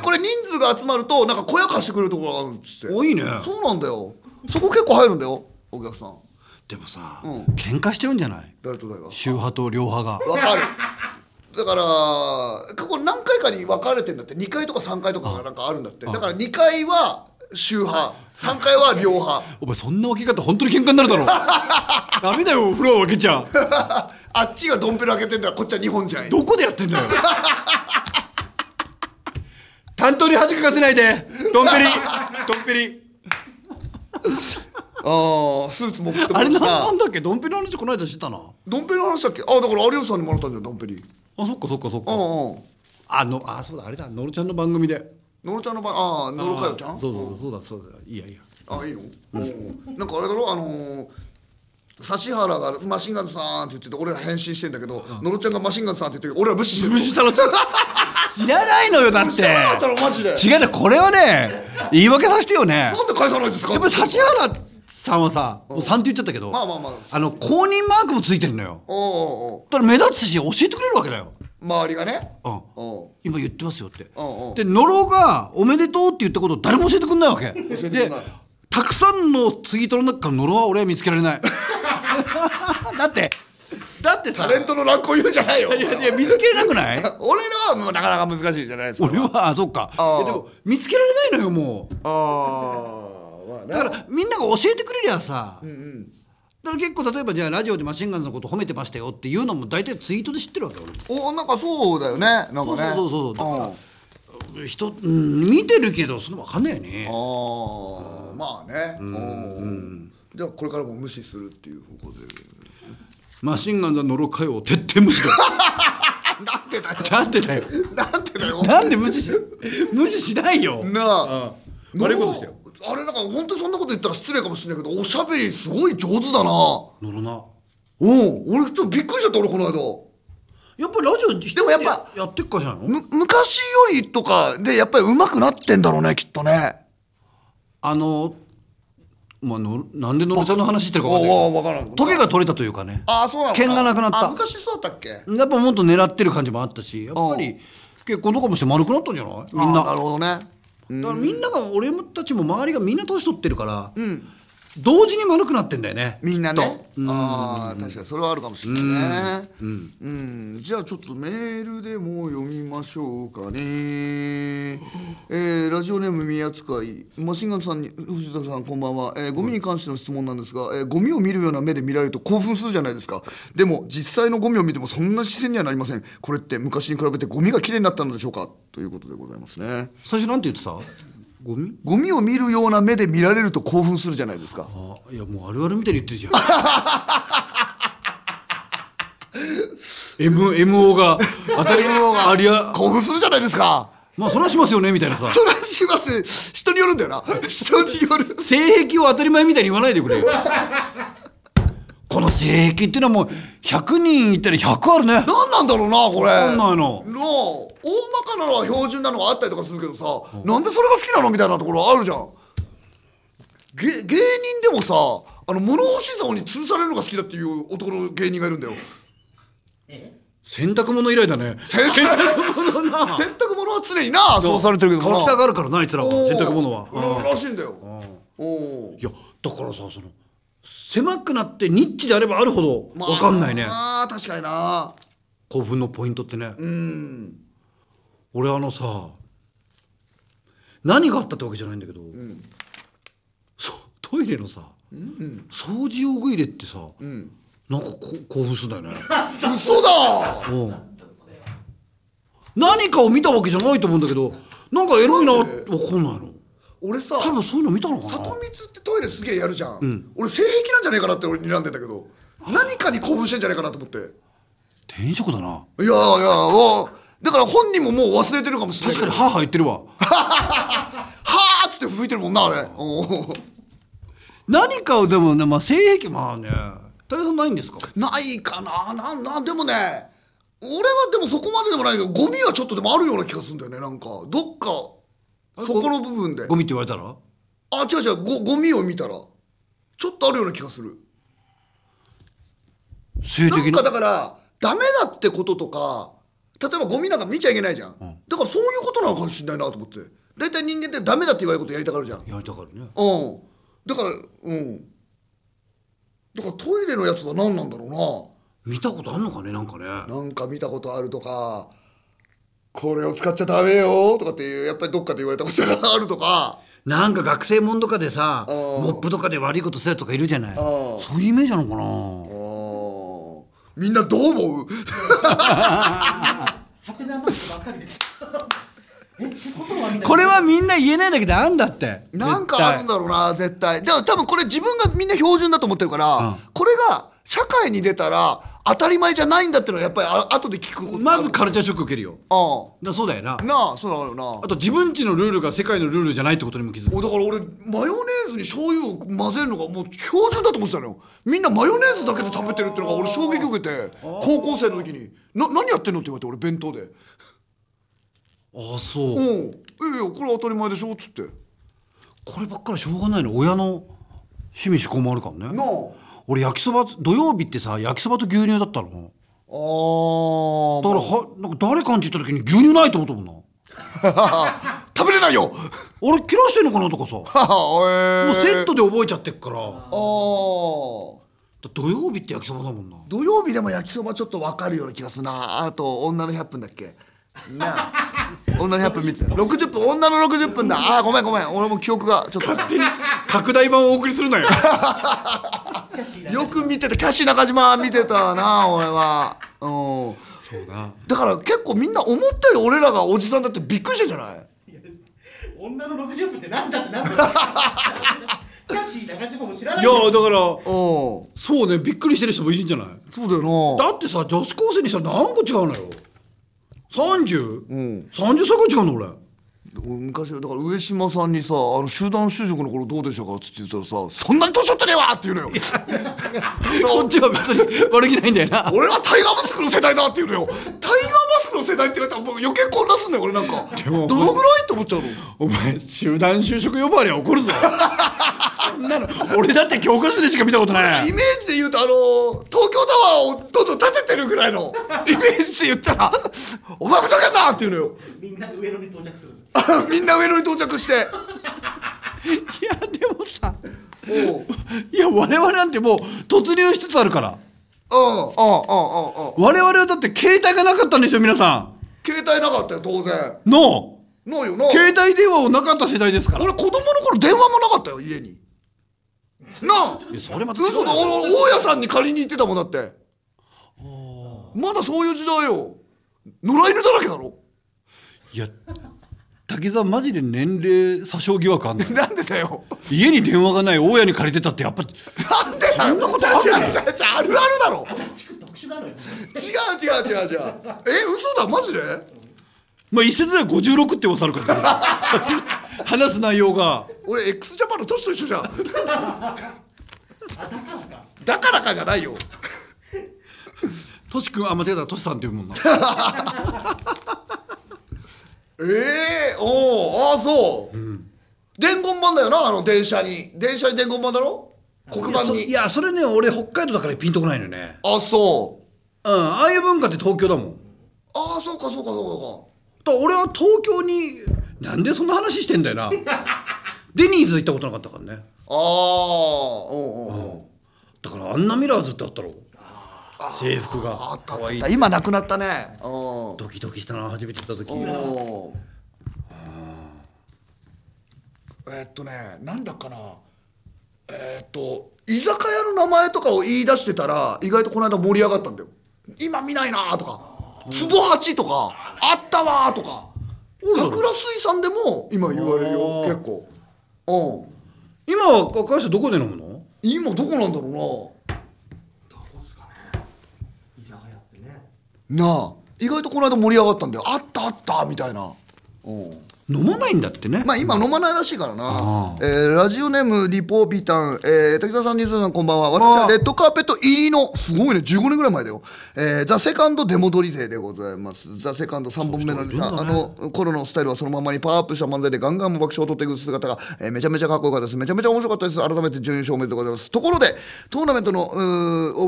Speaker 1: これ人数が集まるとなんか小屋貸してくれるところがあるっつって
Speaker 2: おいいね
Speaker 1: そうなんだよそこ結構入るんだよお客さん
Speaker 2: でもさ、
Speaker 1: うん
Speaker 2: 喧嘩しちゃうんじゃない
Speaker 1: 誰と誰が
Speaker 2: 宗派と両派が
Speaker 1: わかるだから過去何回かに分かれてんだって2回とか3回とかがなんかあるんだってだから2回は宗 派3回は両派
Speaker 2: お前そんな分け方本当に喧嘩になる だろうダメだよフロア分けちゃ
Speaker 1: あっちがドンペラ開けてんだからこっちは日本じゃん
Speaker 2: どこでやってんだよ担当に恥かかせないでドンペリ ドンペリ
Speaker 1: ああスーツも持っても
Speaker 2: あれな
Speaker 1: るし
Speaker 2: なんだっけドンペリの話この間してたな
Speaker 1: ドンペリの話だっけああだから有吉さんにもらったんじゃんドンペリ
Speaker 2: あそっかそっかそっ
Speaker 1: う
Speaker 2: か
Speaker 1: んうん
Speaker 2: あのあそうだあれだのろちゃんの番組で
Speaker 1: 野呂ちゃんの場合ああ野呂かよちゃん
Speaker 2: そうそうそうだそうだいいやいいや
Speaker 1: あいいの、うん、なんかあれだろあのー指原がマシンガンズさんって言ってて俺ら返信してんだけど、のろちゃんがマシンガンズさんって言って俺ら無視してる無視したら
Speaker 2: 知らないのよだって
Speaker 1: だったらマジで
Speaker 2: 違うねこれはね言い訳させてよね
Speaker 1: なんで返さないんですか
Speaker 2: やっぱり指原さんはさもう3って言っちゃったけど
Speaker 1: まあまあまあ
Speaker 2: あの公認マークもついてるのよ
Speaker 1: おうおうおう
Speaker 2: だから目立つし教えてくれるわけだよ
Speaker 1: 周りがね
Speaker 2: うん
Speaker 1: おう
Speaker 2: 今言ってますよって
Speaker 1: うんうん
Speaker 2: で野呂が「おめでとう」って言ったことを誰も教えてくんないわけ
Speaker 1: えてくんない
Speaker 2: でたくさんのツイートの中から野呂は俺は見つけられない だってだってさ
Speaker 1: タレントの乱行言うんじゃないよ
Speaker 2: いやいや見つけられな くない
Speaker 1: 俺らはもうなかなか難しいじゃないですか
Speaker 2: 俺はあそっかい
Speaker 1: ああ
Speaker 2: やでも見つけられないのよもう
Speaker 1: ああまあね
Speaker 2: だからみんなが教えてくれりゃさ、
Speaker 1: うんうん
Speaker 2: だから結構例えばじゃあラジオでマシンガンズのこと褒めてましたよっていうのも大体ツイートで知ってるわけ俺
Speaker 1: おなんかそうだよねなんかね
Speaker 2: そうそうそうそうだから
Speaker 1: ん
Speaker 2: 人、うん、見てるけどそんなの分かんないよね
Speaker 1: ああまあねうんじゃあこれからも無視するっていう方向で
Speaker 2: マシンガンズの呪い会を徹底無視だ
Speaker 1: なんでだよ
Speaker 2: なんでだよ
Speaker 1: なんで だよ
Speaker 2: なんで無視し無視しないよ
Speaker 1: なあ
Speaker 2: うん悪いことしたよ
Speaker 1: あれなんか本当にそんなこと言ったら失礼かもしれないけどおしゃべりすごい上手だな
Speaker 2: 呪ろな
Speaker 1: うん俺ちょっとびっくりしちゃった俺この間
Speaker 2: やっぱりラジオで
Speaker 1: もやっぱ
Speaker 2: やってっからじゃないの
Speaker 1: む昔よりとかでやっぱり上手くなってんだろうねきっとね
Speaker 2: あのまあのなんで野呂ちゃんの話してるか分かんない
Speaker 1: おうおう分からん
Speaker 2: トゲが取れたというかね
Speaker 1: ああそうなの
Speaker 2: 剣がなくなった
Speaker 1: あ昔そうだったっけ
Speaker 2: やっぱもっと狙ってる感じもあったしやっぱり結婚とかもして丸くなったんじゃないみんな
Speaker 1: あーなるほどね
Speaker 2: だからみんなが俺たちも周りがみんな年取ってるから、同時に丸くなってんだよね
Speaker 1: みんな
Speaker 2: きっと
Speaker 1: ね、ああ確かにそれはあるかもしれないねうん、じゃあちょっとメールでも読みまましょうかね、えーラジオネーム宮塚いマシンガンズさんに藤田さんこんばんは、えーゴミに関しての質問なんですが、えーゴミを見るような目で見られると興奮するじゃないですかでも実際のゴミを見てもそんな視線にはなりませんこれって昔に比べてゴミがきれいになったのでしょうかということでございますね
Speaker 2: 最初なんて言ってたゴミ
Speaker 1: ゴミを見るような目で見られると興奮するじゃないですか
Speaker 2: あいやもうあるあるみたいに言ってるじゃん M MO が当たり MO がありゃ
Speaker 1: 興奮するじゃないですか
Speaker 2: まあそらしますよねみたいなさ
Speaker 1: それはします人によるんだよな人による
Speaker 2: 性癖を当たり前みたいに言わないでくれよこの性癖っていうのはもう100人いたら100あるね
Speaker 1: 何なんだろうなこれ
Speaker 2: かんないの
Speaker 1: なあ大まかなのは標準なのがあったりとかするけどさ、なんでそれが好きなのみたいなところあるじゃんげ芸人でもさあの物干し竿に吊るされるのが好きだっていう男の芸人がいるんだよ
Speaker 3: ええ
Speaker 2: 洗濯物以来だね
Speaker 1: 洗濯
Speaker 2: 物な
Speaker 1: 洗濯物は常になそうされてるけどな
Speaker 2: 乾きたがるからなあいつらは洗濯物は、
Speaker 1: うんらしいんだよおお
Speaker 2: いやだからさその狭くなってニッチであればあるほど分かんないね、
Speaker 1: ああ確かにな
Speaker 2: 興奮のポイントってね、
Speaker 1: うん
Speaker 2: 俺あのさ何があったってわけじゃないんだけど、そうトイレのさ、掃除用具入れってさ、なんかこ興奮するんだよね
Speaker 1: 嘘だ
Speaker 2: うん何かを見たわけじゃないと思うんだけどなんかエロいなわかんないの
Speaker 1: 俺さ
Speaker 2: 多分そういうの見たのかな
Speaker 1: 里光ってトイレすげえやるじゃん、俺性癖なんじゃねえかなって俺睨んでんだけど何かに興奮してんじゃねえかなと思ってい
Speaker 2: 転職だな
Speaker 1: やいやわだから本人ももう忘れてるかもしれない
Speaker 2: 確かに
Speaker 1: は
Speaker 2: 歯入ってるわ
Speaker 1: ーっつって吹いてるもんなあれおー
Speaker 2: 何かをでもね、まあ、性癖まあね大変ないんですか
Speaker 1: ないかななんなんでもね俺はでもそこまででもないけどゴミはちょっとでもあるような気がするんだよねなんかどっかそこの部分で
Speaker 2: ゴミって言われたら
Speaker 1: あ違う違うごゴミを見たらちょっとあるような気がする
Speaker 2: 性
Speaker 1: な
Speaker 2: 的
Speaker 1: んか
Speaker 2: な
Speaker 1: だからダメだってこととか例えばゴミなんか見ちゃいけないじゃん、だからそういうことなのかもしれないなと思って大体人間ってダメだって言われることやりたがるじゃんうん
Speaker 2: やりたがるね
Speaker 1: だからうんだからトイレのやつは何なんだろ
Speaker 2: 見たことあんのかねなんかね
Speaker 1: うななんか見たことあるとかこれを使っちゃダメよとかっていうやっぱりどっかで言われたことがあるとか
Speaker 2: なんか学生もんとかでさ
Speaker 1: うん
Speaker 2: モップとかで悪いことするやつとかいるじゃない
Speaker 1: ん
Speaker 2: そういうイメージなのかな
Speaker 1: あーみんなどう思う
Speaker 3: はてなマークばっかりです。 え、ってことはみんな。
Speaker 2: これはみんな言えないんだけどあんだって
Speaker 1: なんかあるん
Speaker 2: だ
Speaker 1: だろうな絶対でも多分これ自分がみんな標準だと思ってるから、
Speaker 2: うん
Speaker 1: これが社会に出たら当たり前じゃないんだってのはやっぱりあ後で聞くこと
Speaker 2: まず
Speaker 1: か
Speaker 2: カルチャーショック受けるよ
Speaker 1: あ
Speaker 2: だそうだよな
Speaker 1: あなあそうなのよな
Speaker 2: あと自分ちのルールが世界のルールじゃないってことにも気づく
Speaker 1: おだから俺マヨネーズに醤油を混ぜるのがもう標準だと思ってたのよみんなマヨネーズだけで食べてるってのが俺衝撃受けて高校生の時に「な何やってんの?」って言われて俺弁当で
Speaker 2: あ
Speaker 1: 「
Speaker 2: あそう
Speaker 1: うんいやいやこれ当たり前でしょ」っつって
Speaker 2: こればっかりしょうがないの親の趣味趣向もあるか
Speaker 1: な
Speaker 2: らね俺焼きそば土曜日ってさ焼きそばと牛乳だった
Speaker 1: あ
Speaker 2: のだからはなんか誰かんち行った時に牛乳ないと思ったもんな
Speaker 1: あ食べれないよ
Speaker 2: 俺切らしてんのかなとかさ
Speaker 1: はは
Speaker 2: も
Speaker 1: え
Speaker 2: う
Speaker 1: ー
Speaker 2: セットで覚えちゃってっからだ
Speaker 1: ああ
Speaker 2: 土曜日って焼きそばだもんな
Speaker 1: 土曜日でも焼きそばちょっと分かるような気がするなあと女の100分だっけなあ女の100分見て60分女の60分だああごめんごめん俺も記憶がちょっと
Speaker 2: 拡大版をお送りする なよ
Speaker 1: よく見てたキャシー中島見てたな俺はうん
Speaker 2: そうな
Speaker 1: だから結構みんな思ったより俺らがおじさんだってびっくりしたんじゃない
Speaker 3: 女の60分ってなんだってなんだって。キャッシー中島も知らないい
Speaker 2: や
Speaker 3: よ。
Speaker 2: だから
Speaker 1: うん
Speaker 2: そうねびっくりしてる人もいるんじゃない
Speaker 1: そうだよな
Speaker 2: だってさ女子高生にしたら何個違うのよ 30?30
Speaker 1: うん
Speaker 2: 歳が違うの 俺
Speaker 1: 俺昔だから上島さんにさあの集団就職の頃どうでしたかって言ってたらさ「そんなに年取ってねえわ!」って言うのよ
Speaker 2: こっちは別に悪気ないんだよな
Speaker 1: 俺はタイガーマスクの世代だって言うのよタイガーマスクの世代って言われたらもう余計混乱すんだよ俺なんか
Speaker 2: でも
Speaker 1: どのぐらいって思っちゃうの
Speaker 2: お前集団就職呼ばわりは怒るぞ そんなの俺だって教科書でしか見たことない
Speaker 1: イメージで言うとあの東京タワーをどんどん建ててるぐらいのイメージで言ったら「お前ふざけんな!」って言うのよ
Speaker 3: みんな上野に到着する。
Speaker 1: あみんな上野に到着して
Speaker 2: いやでもさ
Speaker 1: おう
Speaker 2: いや我々なんてもう突入しつつあるから
Speaker 1: うんうんうんうんうん
Speaker 2: 我々はだって携帯がなかったんですよ皆さん
Speaker 1: 携帯なかったよ当然
Speaker 2: の
Speaker 1: ないよな
Speaker 2: 携帯電話をなかった世代ですから
Speaker 1: 俺子供の頃電話もなかったよ家になあ
Speaker 2: いやそれまた違う
Speaker 1: 嘘だ俺大家さんに借りに行ってたもんだってまだそういう時代よ野良犬だらけだろ
Speaker 2: いや滝沢マジで年齢詐称疑惑あんの
Speaker 1: なんでだよ
Speaker 2: 家に電話がない大家に借りてたってやっぱり
Speaker 1: なんでだよそんなことあるあるあるだろ
Speaker 3: 地区特殊だろ
Speaker 1: 違
Speaker 3: よ
Speaker 1: う違う違う違 うえ嘘だマジで
Speaker 2: まあ一説では56って噂あるからね 話す内容が
Speaker 1: 俺 x ジャパンの年と一緒じゃん
Speaker 3: あだからか
Speaker 1: だからかじゃないよ
Speaker 2: トシ君あ間違えたトシさんって言うもんな
Speaker 1: ええおおああそう、伝言板だよなあの電車に電車に伝言板だろ黒板
Speaker 2: い
Speaker 1: に
Speaker 2: やそれね俺北海道だからピンとこないのよね
Speaker 1: あそう
Speaker 2: うんああいう文化って東京だもん
Speaker 1: ああそうかそうかそうか
Speaker 2: だから俺は東京になんでそんな話してんだよなデニーズ行ったことなかったからね
Speaker 1: そうかああうんうんうん
Speaker 2: だからアンナミラーズってあったろ制服
Speaker 1: あ
Speaker 2: が
Speaker 1: った
Speaker 2: か
Speaker 1: あ
Speaker 2: わい
Speaker 1: っ
Speaker 2: い
Speaker 1: た今なくなったねうんお
Speaker 2: ドキドキしたな初めて行った時
Speaker 1: ーえーっとねなんだっかなえーっと居酒屋の名前とかを言い出してたら意外とこの間盛り上がったんだよ今見ないなーとか壺八とかあったわーとか
Speaker 2: そうなの
Speaker 1: 桜水産でも今言われるよ
Speaker 2: あ
Speaker 1: 結
Speaker 2: ー
Speaker 1: 構うん
Speaker 2: 今は若い人どこで飲むの
Speaker 1: 今どこなんだろ
Speaker 3: どうですかね居酒屋ってね
Speaker 1: うななあ意外とこの間盛り上がったんだよあったあったみたいなうん
Speaker 2: 飲まないんだってね、
Speaker 1: まあ今飲まないらしいからな
Speaker 2: あ。
Speaker 1: えーラジオネームリポビタン、えー、滝沢さん、水野さん、こんばんは。私はレッドカーペット入りの、すごいね、15年ぐらい前だよ。えーザ・セカンド出戻り勢でございます。ザ・セカンド3本目の、
Speaker 2: そういう人がいるんだ
Speaker 1: あ
Speaker 2: ね
Speaker 1: の頃のスタイルはそのままにパワーアップした漫才でガンガン爆笑を取っていく姿が、えーめちゃめちゃかっこよかったです。めちゃめちゃ面白かったです。改めて準優勝おめでとうございます。ところで、トーナメントのう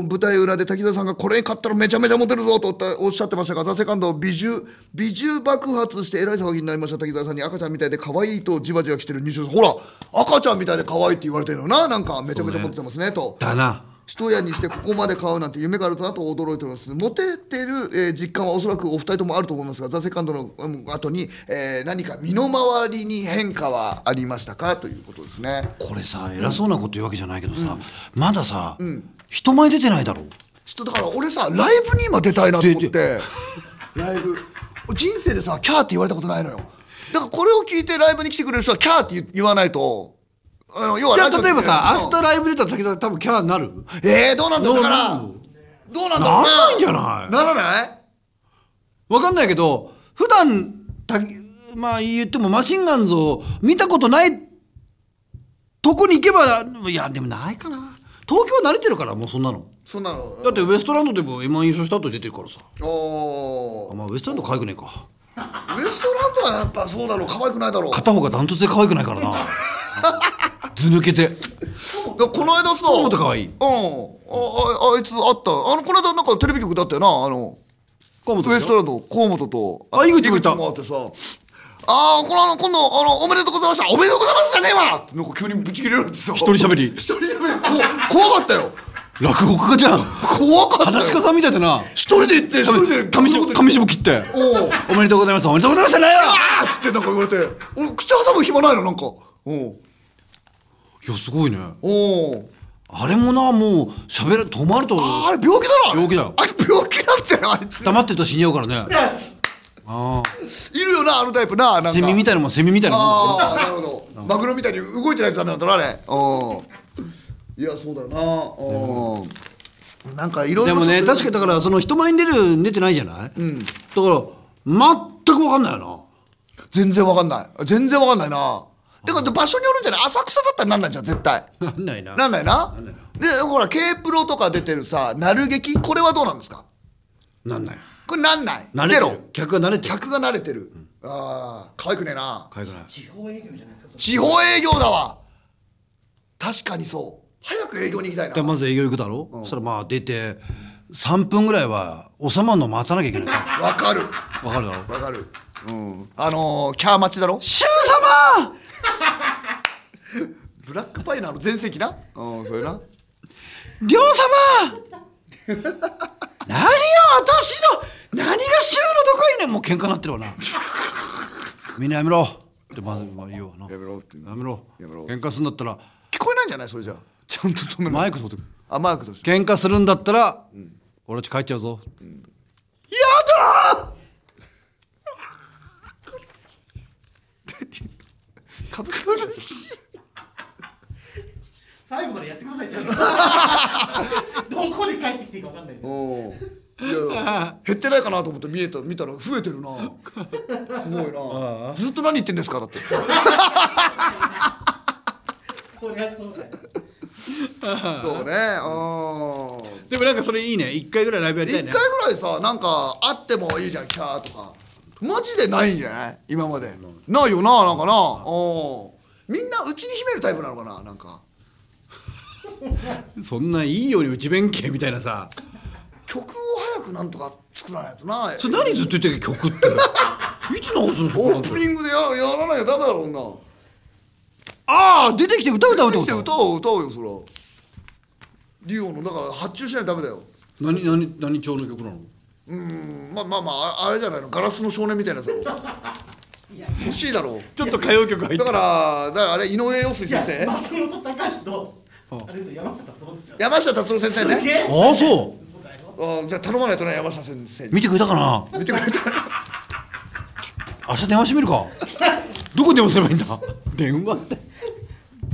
Speaker 1: ー舞台裏で滝沢さんがこれに勝ったらめちゃめちゃモテるぞとおっおっしゃってましたが、ザ・セカンドを美獣、美獣爆発してえらい騒ぎになりました滝沢さんに赤ちゃんみたいで可愛いとじわじわ来てる20ほら、赤ちゃんみたいで可愛いって言われてるよな。なんかめちゃめちゃモテてますね、と。
Speaker 2: だな
Speaker 1: 一夜にしてここまで買うなんて夢があるとなと驚いておりますモテてる、えー実感はおそらくお二人ともあると思いますが「ザ・セカンドのうん後に、えー何か身の回りに変化はありましたかということですね
Speaker 2: これさ偉そうなこと言うわけじゃないけどさ、まださ、人前出てないだろ
Speaker 1: ちょっとだから俺さライブに今出たいなと思っ
Speaker 2: 出
Speaker 1: てライブ人生でさキャーって言われたことないのよだからこれを聞いてライブに来てくれる人はキャーって言言わないとあの要は
Speaker 2: じゃ
Speaker 1: ラジオ
Speaker 2: あ
Speaker 1: で
Speaker 2: 例えばさ
Speaker 1: う
Speaker 2: 明
Speaker 1: ん
Speaker 2: 日ライブ出たら滝沢多分キャラになる
Speaker 1: えー、どうなんだろうだから
Speaker 2: どう
Speaker 1: どうなんだろう
Speaker 2: ならないんじゃない
Speaker 1: ならない
Speaker 2: わかんないけど普段滝まあ言ってもマシンガンズを見たことないとこに行けばいやでもないかな東京は慣れてるからもうそんなの
Speaker 1: そんなの
Speaker 2: だってウエストランドでも M−1 優勝した後出てるからさ
Speaker 1: お
Speaker 2: あ
Speaker 1: ー
Speaker 2: まあウエストランド可愛くねえか
Speaker 1: ウエストランドはやっぱそうだろう可愛くないだろうだか
Speaker 2: 片方がダントツで可愛くないから なず抜けて
Speaker 1: らこの間さ
Speaker 2: もっと可愛い
Speaker 1: うんあああいつあったあのこの間なんかテレビ局だったよなあの
Speaker 2: 河本で
Speaker 1: ウ
Speaker 2: しょ
Speaker 1: エストランド河本と
Speaker 2: あ井口もいた
Speaker 1: もあってさああこのあの今度あのおめでとうございましたおめでとうございますじゃねえわってなんか急にブチ切れられてさ一
Speaker 2: 一人喋り
Speaker 1: 一人喋りこ怖かったよ
Speaker 2: 落語家じゃん
Speaker 1: 怖かった
Speaker 2: 話し
Speaker 1: よ
Speaker 2: 家さんみたいだな
Speaker 1: 一人で行って一人で
Speaker 2: 紙し紙しも切って
Speaker 1: おう
Speaker 2: おめでとうございますおめでとうございますじゃないわ
Speaker 1: あーっつってなんか言われて俺口挟む暇ないのなんかうん
Speaker 2: いやすごいね
Speaker 1: おう
Speaker 2: あれもなもう喋る止まると
Speaker 1: ああれ病気だな
Speaker 2: 病気だよ
Speaker 1: あれ病気だってあいつ
Speaker 2: 黙ってると死んじゃうからねあ
Speaker 1: いるよなあのタイプなな
Speaker 2: あ
Speaker 1: んか
Speaker 2: セミみたいなもんセミみたいなもんだよ
Speaker 1: ああなるほどマグロみたいに動いてないとダメなんだなあれうんいやそうだよなうんなんかいろい
Speaker 2: で
Speaker 1: ろ
Speaker 2: もね
Speaker 1: ちょっ
Speaker 2: 確かにだからその人前に出る出てないじゃない、だから全く分かんないよ
Speaker 1: と全然わかんない全然わかんないなてか場所によるんじゃない浅草だったらなんないじゃん絶対
Speaker 2: ななんないな
Speaker 1: なんないなでほら K プロとか出てるさなる劇これはどうなんですか
Speaker 2: なんない
Speaker 1: これなんない
Speaker 2: 慣れて
Speaker 1: ゼロ
Speaker 2: る客が慣れてる
Speaker 1: 客が慣れてるああ可愛くねえな
Speaker 2: かわいくない
Speaker 3: 地方営業じゃないですかそれ
Speaker 1: 地方営業だわ確かにそう早く営業に行きたい
Speaker 2: で
Speaker 1: な
Speaker 2: まず営業行くだろ、そしたらまあ出て3分ぐらいは収まるの待たなきゃいけない
Speaker 1: わかる
Speaker 2: わかるだろ
Speaker 1: わかるうんあのー、キャー待ちだろ
Speaker 2: シュウ様
Speaker 1: ブラックパイ ナーの全盛期なうんそれな
Speaker 2: りょう様何よ私の何が週のどこいねんもう喧嘩なってるわなみんなやめろってまず言うわな
Speaker 1: やめろって
Speaker 2: やめろ
Speaker 1: やめろ
Speaker 2: 喧嘩するんだったら
Speaker 1: 聞こえないんじゃないそれじゃあちゃんと止めない
Speaker 2: マイク取って
Speaker 1: あマークとして
Speaker 2: 喧嘩するんだったら、俺たち帰っちゃうぞ、やだ
Speaker 1: 歌舞伎町
Speaker 3: 最後までやってくださいちゃんと どこで帰ってきていいか分かんないけど
Speaker 1: おいや減ってないかなと思って見えた見たら増えてるなすごいなずっと何言ってんですかだって
Speaker 3: そりゃそうだよ
Speaker 1: そうねうん
Speaker 2: でもなんかそれいいね一回ぐらいライブやりた
Speaker 1: 一
Speaker 2: い
Speaker 1: 回
Speaker 2: ね
Speaker 1: ぐらいさなんかあってもいいじゃんキャーとかマジでないんじゃない今までないよななんかなうんみんなうちに秘めるタイプなのかななんか
Speaker 2: そんないいように内弁慶みたいなさ
Speaker 1: 曲を早くなんとか作らないとな
Speaker 2: それ何ずっと言ってる曲って いつ直すの曲
Speaker 1: オ
Speaker 2: なん
Speaker 1: ー
Speaker 2: て
Speaker 1: プニングでややらなきゃダメだろ女
Speaker 2: ああ出てきて歌う歌うって
Speaker 1: 出て
Speaker 2: こ
Speaker 1: きて
Speaker 2: と
Speaker 1: 歌おう歌おうよそらリオのだから発注しないとダメだよ
Speaker 2: 何何何調の曲なの
Speaker 1: うーんまあまあまあああれじゃないのガラスの少年みたいなやつだろ
Speaker 3: いや
Speaker 1: 欲しいだろう
Speaker 2: ちょっと歌謡曲入
Speaker 1: だからだからあれ井上陽水
Speaker 3: じゃ
Speaker 1: 先生
Speaker 3: あ松本隆と
Speaker 2: うん
Speaker 3: あれですよ山下達郎ですよ
Speaker 1: 山下達郎先生
Speaker 3: すげ
Speaker 1: ね
Speaker 2: あ
Speaker 3: え
Speaker 2: あそ
Speaker 3: そうだよ
Speaker 1: あーじゃあ頼まないとね山下先生
Speaker 2: う見てくれたかな
Speaker 1: 見てくれた
Speaker 2: 明日電話してみるかどこに電話すればいいんだ電話って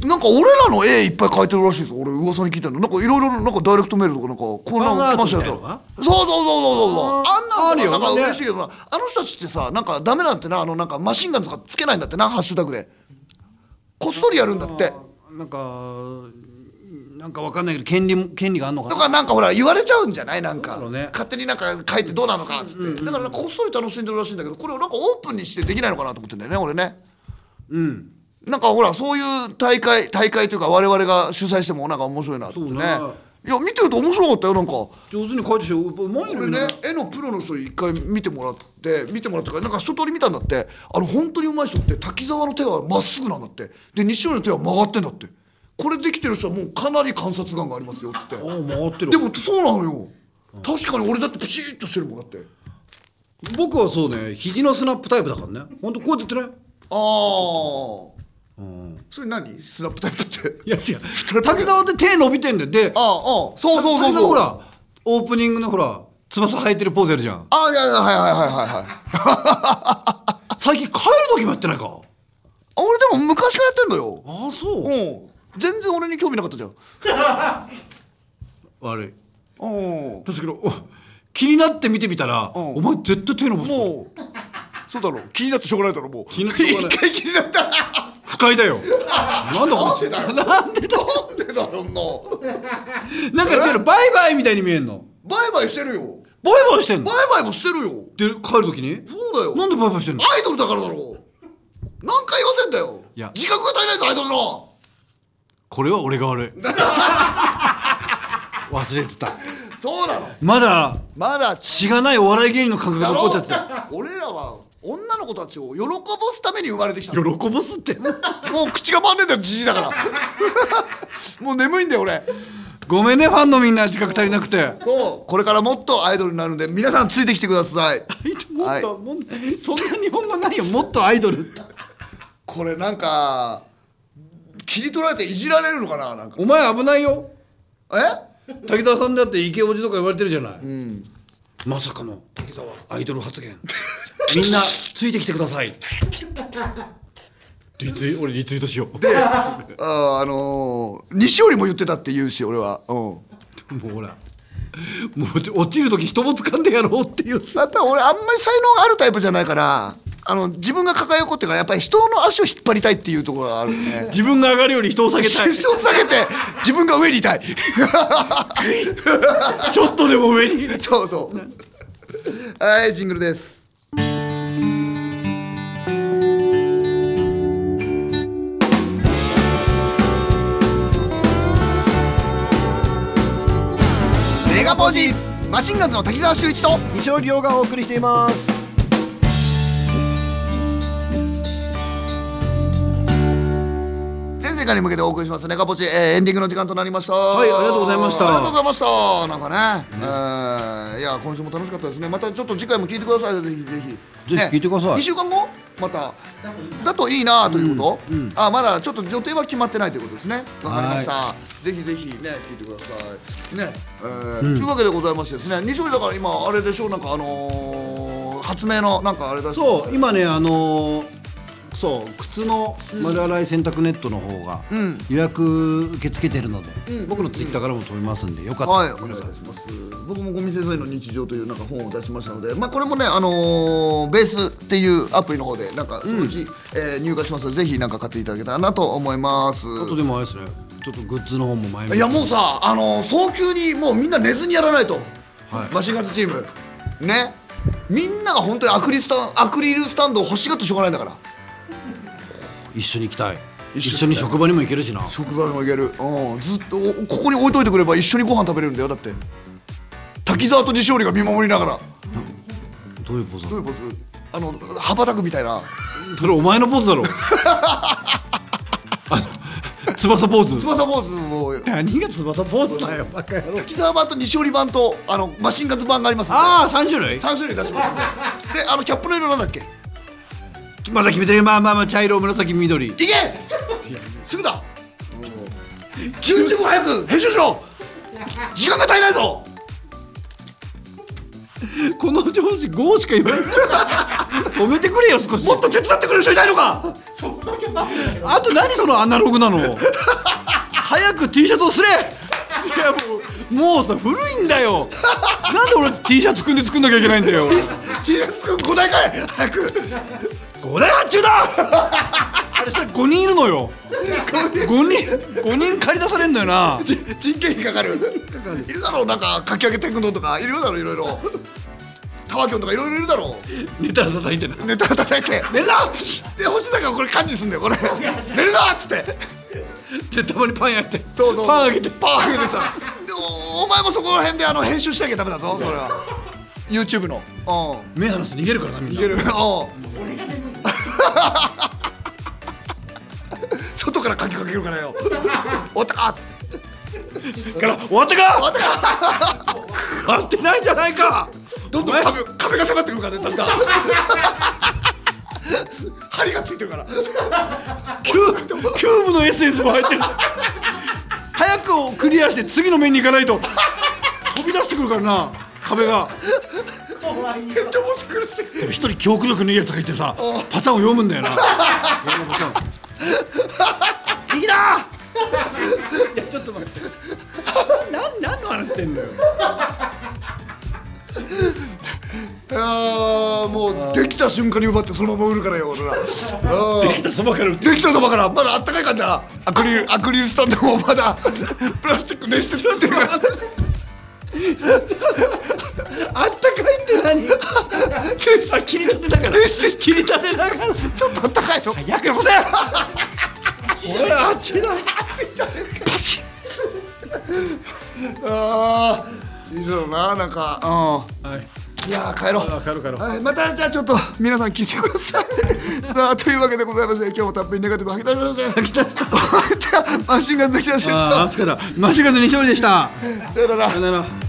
Speaker 1: なんか俺らの絵いっぱい描いてるらしいです俺噂に聞いたのなんかいろいろなんかダイレクトメールとかなんかこんなの来ましたよ
Speaker 2: ファンアートみたいなの
Speaker 1: と
Speaker 2: が
Speaker 1: そうそうそうそうそう
Speaker 2: あー
Speaker 1: あんなの
Speaker 2: あるよ
Speaker 1: なんか
Speaker 2: ね
Speaker 1: 嬉しいけどなあの人たちってさなんかダメなんてなあのなんかマシンガンとかつけないんだってなハッシュタグでこっそりやるんだって
Speaker 2: なんかなんかわかんないけど権利も権利があんのか
Speaker 1: と
Speaker 2: な
Speaker 1: かなんかほら言われちゃうんじゃないなん
Speaker 2: そ
Speaker 1: か
Speaker 2: うだろうね
Speaker 1: 勝手になんか書いてどうなのかっつってだからなんかこっそり楽しんでるらしいんだけどこれをなんかオープンにしてできないのかなと思ってんだよね俺ね
Speaker 2: うん
Speaker 1: なんかほらそういう大会大会というか我々が主催してもなんか面白いなと思ってね
Speaker 2: そうね
Speaker 1: いや見てると面白かったよなんか
Speaker 2: 上手に書いてしうまいよ
Speaker 1: 俺ね絵のプロの人に一回見てもらって見てもらったからなんか一通り見たんだってあの本当にうまい人って滝沢の手はまっすぐなんだってで西尾の手は曲がってんだってこれできてる人はもうかなり観察眼がありますよっつって
Speaker 2: ああ回ってる
Speaker 1: でもそうなのよ確かに俺だってピシッとしてるもんだって
Speaker 2: 僕はそうね肘のスナップタイプだからね本当こうやってやってね
Speaker 1: ああ
Speaker 2: うん
Speaker 1: それ何スナップタイプって
Speaker 2: いや違う竹川って手伸びてんだよで
Speaker 1: ああああそうそうそう
Speaker 2: 竹
Speaker 1: そう
Speaker 2: 川ほらオープニングのほら翼生えてるポーズやるじゃん
Speaker 1: あいやいやはいはいはいはいはい
Speaker 2: 最近帰る時もやってないか
Speaker 1: あ俺でも昔からやってんのよ
Speaker 2: ああそううん
Speaker 1: 全然俺に興味なかったじゃん
Speaker 2: 悪い
Speaker 1: うん
Speaker 2: 確かにお気になって見てみたら、
Speaker 1: うん
Speaker 2: お前絶対手伸ばすから
Speaker 1: もうそうだろう気になってしょうがないだろもう
Speaker 2: 気になってしょうがない
Speaker 1: 一回気になった
Speaker 2: 不快だよなんだ
Speaker 1: な
Speaker 2: こ
Speaker 1: んで
Speaker 2: れ
Speaker 1: だよ
Speaker 2: なんでだ
Speaker 1: なんでだろうな
Speaker 2: なんか違うバイバイみたいに見えんの
Speaker 1: バイバイしてるよ
Speaker 2: バイバイしてん
Speaker 1: バ
Speaker 2: の
Speaker 1: イバイもしてるよ
Speaker 2: で帰る時に
Speaker 1: そうだよ
Speaker 2: なんでバイバイしてんの
Speaker 1: アイドルだからだろう何回言わせんだよ
Speaker 2: いや
Speaker 1: 自覚が足りないぞアイドルの
Speaker 2: これは俺 が悪い忘れてた
Speaker 1: そうなの
Speaker 2: まだ
Speaker 1: まだち
Speaker 2: 血がないお笑い芸人の感覚が
Speaker 1: だ
Speaker 2: 残
Speaker 1: ろ
Speaker 2: っちゃってた
Speaker 1: 俺らは女の子たちを喜ばすために生まれてきたの
Speaker 2: 喜ぼすって
Speaker 1: もう口が回んねえんだよじじいだから もう眠いんだよ俺
Speaker 2: ごめんねファンのみんな自覚足りなくて
Speaker 1: そうこれからもっとアイドルになるんで皆さんついてきてください
Speaker 2: もっと、もっとそんな日本語ないよもっとアイドルって
Speaker 1: これなんか切り取られていじられるのかななんか
Speaker 2: お前危ないよ
Speaker 1: え
Speaker 2: 滝沢さんだってイケおじとか言われてるじゃない、まさかの滝沢アイドル発言 みんなついてきてくださいリツイ俺リツイートしようで
Speaker 1: あーあのー、西織も言ってたって言うし俺はうん
Speaker 2: もうほらもう落ちる時人も掴んでやろうっていうさ
Speaker 1: やっぱり俺あんまり才能があるタイプじゃないからあの自分が抱え起こってからやっぱり人の足を引っ張りたいっていうところがあるよ ね
Speaker 2: 自分が上がるより人を下げた い
Speaker 1: 視線を下げて自分が上にい たい
Speaker 2: ちょっとでも 上に
Speaker 1: そうそうはいジングルですメガポージマシンガンズの滝沢秀一と
Speaker 2: 西尾亮がお送りしています
Speaker 1: 全然次回に向けてお送りしますネカポチ、えーエンディングの時間となりましたはい
Speaker 2: ありがとうございました
Speaker 1: ありがとうございましたなんかね、えーいや今週も楽しかったですねまたちょっと次回も聞いてくださいぜひぜひ
Speaker 2: ぜひ聞いてください
Speaker 1: 2週間後また
Speaker 3: だといいな
Speaker 1: だといいなということ、あまだちょっと予定は決まってないということですねわかりましたぜひぜひね聞いてくださいね、えーというわけでございましてですね西森だから今あれでしょうなんかあのー発明のなんかあれだし
Speaker 2: そう今ねあのーそう靴の丸洗い洗濯ネットの方が
Speaker 1: うん
Speaker 2: 予約受け付けてるので、僕のツイッターからも飛びますんでよか
Speaker 1: はい、
Speaker 2: っ
Speaker 1: お
Speaker 2: たら
Speaker 1: 願い
Speaker 2: 皆
Speaker 1: し
Speaker 2: さん
Speaker 1: ます。僕もゴミ先生の日常というなんか本を出しましたので、まあこれもね、あのーベースっていうアプリの方でなんかそのうち、えー入荷しますので、ぜひなんか買っていただけたらなと思います。
Speaker 2: あとでもあれですねちょっとグッズの方も前向き
Speaker 1: いやもうさ、あのー早急にもうみんな寝ずにやらないと、
Speaker 2: はい
Speaker 1: マシンガンズチームね、みんなが本当にアクリスタンアクリルスタンドを欲しがってしょうがないんだから。
Speaker 2: 一緒に行きたい
Speaker 1: 一緒に行き
Speaker 2: 一
Speaker 1: たい
Speaker 2: 緒に職場にも行けるしな
Speaker 1: 職場にも行ける、うん、ずっとおここに置いといてくれば一緒にご飯食べれるんだよだって滝沢と西織が見守りながら
Speaker 2: どういうポーズな
Speaker 1: どう
Speaker 2: の
Speaker 1: いうポーズあの羽ばたくみたいな
Speaker 2: それお前のポーズだ ろあの翼ポーズ
Speaker 1: 翼ポーズを
Speaker 2: 何が翼ポーズだよバカ野郎
Speaker 1: 滝沢版と西織版とあのマシンガンズ版がありますの
Speaker 2: ああ3種類
Speaker 1: で3種類出しますであのキャップの色なんだっけい
Speaker 2: まだ決めてるまあまあまあ茶色紫緑
Speaker 1: けすぐだ90分早く編集しろ時間が足りないぞ
Speaker 2: この上司5しか言わない止めてくれよ少し
Speaker 1: もっと手伝ってくれる人いないのか
Speaker 3: そんだけ待ってない
Speaker 2: あと何そのアナログなの早く T シャツをすれいやもうもうさ古いんだよなんで俺 T シャツ組んで作んなきゃいけないんだよ
Speaker 1: TS 君5台かい早く
Speaker 2: 5台発注だあれさ5人いるのよ5人5人借り出されんのよな
Speaker 1: 人件費かかるいるだろうなんかかき揚げ天狗丼とかいるだろいろいろタワキョンとかいろいろいるだろ
Speaker 2: 寝たら叩いてな
Speaker 1: ネタ叩いて
Speaker 2: 寝るな
Speaker 1: で星坂がこれ管理すんだよこれ寝るなっつって
Speaker 2: でたまにパンやって
Speaker 1: そうそう
Speaker 2: パンあげて
Speaker 1: パンあげてさでおお前もそこら辺であの編集しなきゃダメだぞそれは YouTube のう
Speaker 2: 目離すと逃げるからなみん
Speaker 1: ん
Speaker 2: ない
Speaker 1: けるうん
Speaker 3: 俺が眠い
Speaker 1: 外からかきかけるからよおったかっつって
Speaker 2: から終わったか終わったか終わってないじゃないか
Speaker 1: どんどん壁壁が迫ってくるからねだんだん針がついてるから
Speaker 2: キューキューブのエッセンスも入ってる早くクリアして次の面に行かないと飛び出してくるからな壁が
Speaker 3: 怖いよ
Speaker 1: めっちゃ面白くして
Speaker 2: でも一人記憶力のいいやつがいてさパターンを読むんだよな俺のパターン
Speaker 1: 右だ
Speaker 2: いやちょっと待って何何の話してんのよ
Speaker 1: いやーもうできた瞬間に奪ってそのまま売るからよ俺らあー
Speaker 2: できたそばから打って
Speaker 1: できたのばからまだあったかい感じだアクリルアクリルスタンドもまだプラスチック熱してるってるから
Speaker 2: あったかいって何あ切り立て だから切り立てだから
Speaker 1: ちょっとあったかいの
Speaker 2: 早くよこせ俺あっちだパシッ
Speaker 1: あーいいだろうななんか
Speaker 2: はい
Speaker 1: うんいやー帰ろ
Speaker 2: あ帰ろう帰ろ
Speaker 1: う
Speaker 2: う
Speaker 1: はいまたじゃあちょっと皆さん聞いてくだ さいさあというわけでございまして今日もたっぷりネガティブ吐き出しました マシンガンズきたし
Speaker 2: ああ疲れたマシュガンの西堀でした
Speaker 1: さよなら
Speaker 2: さよなら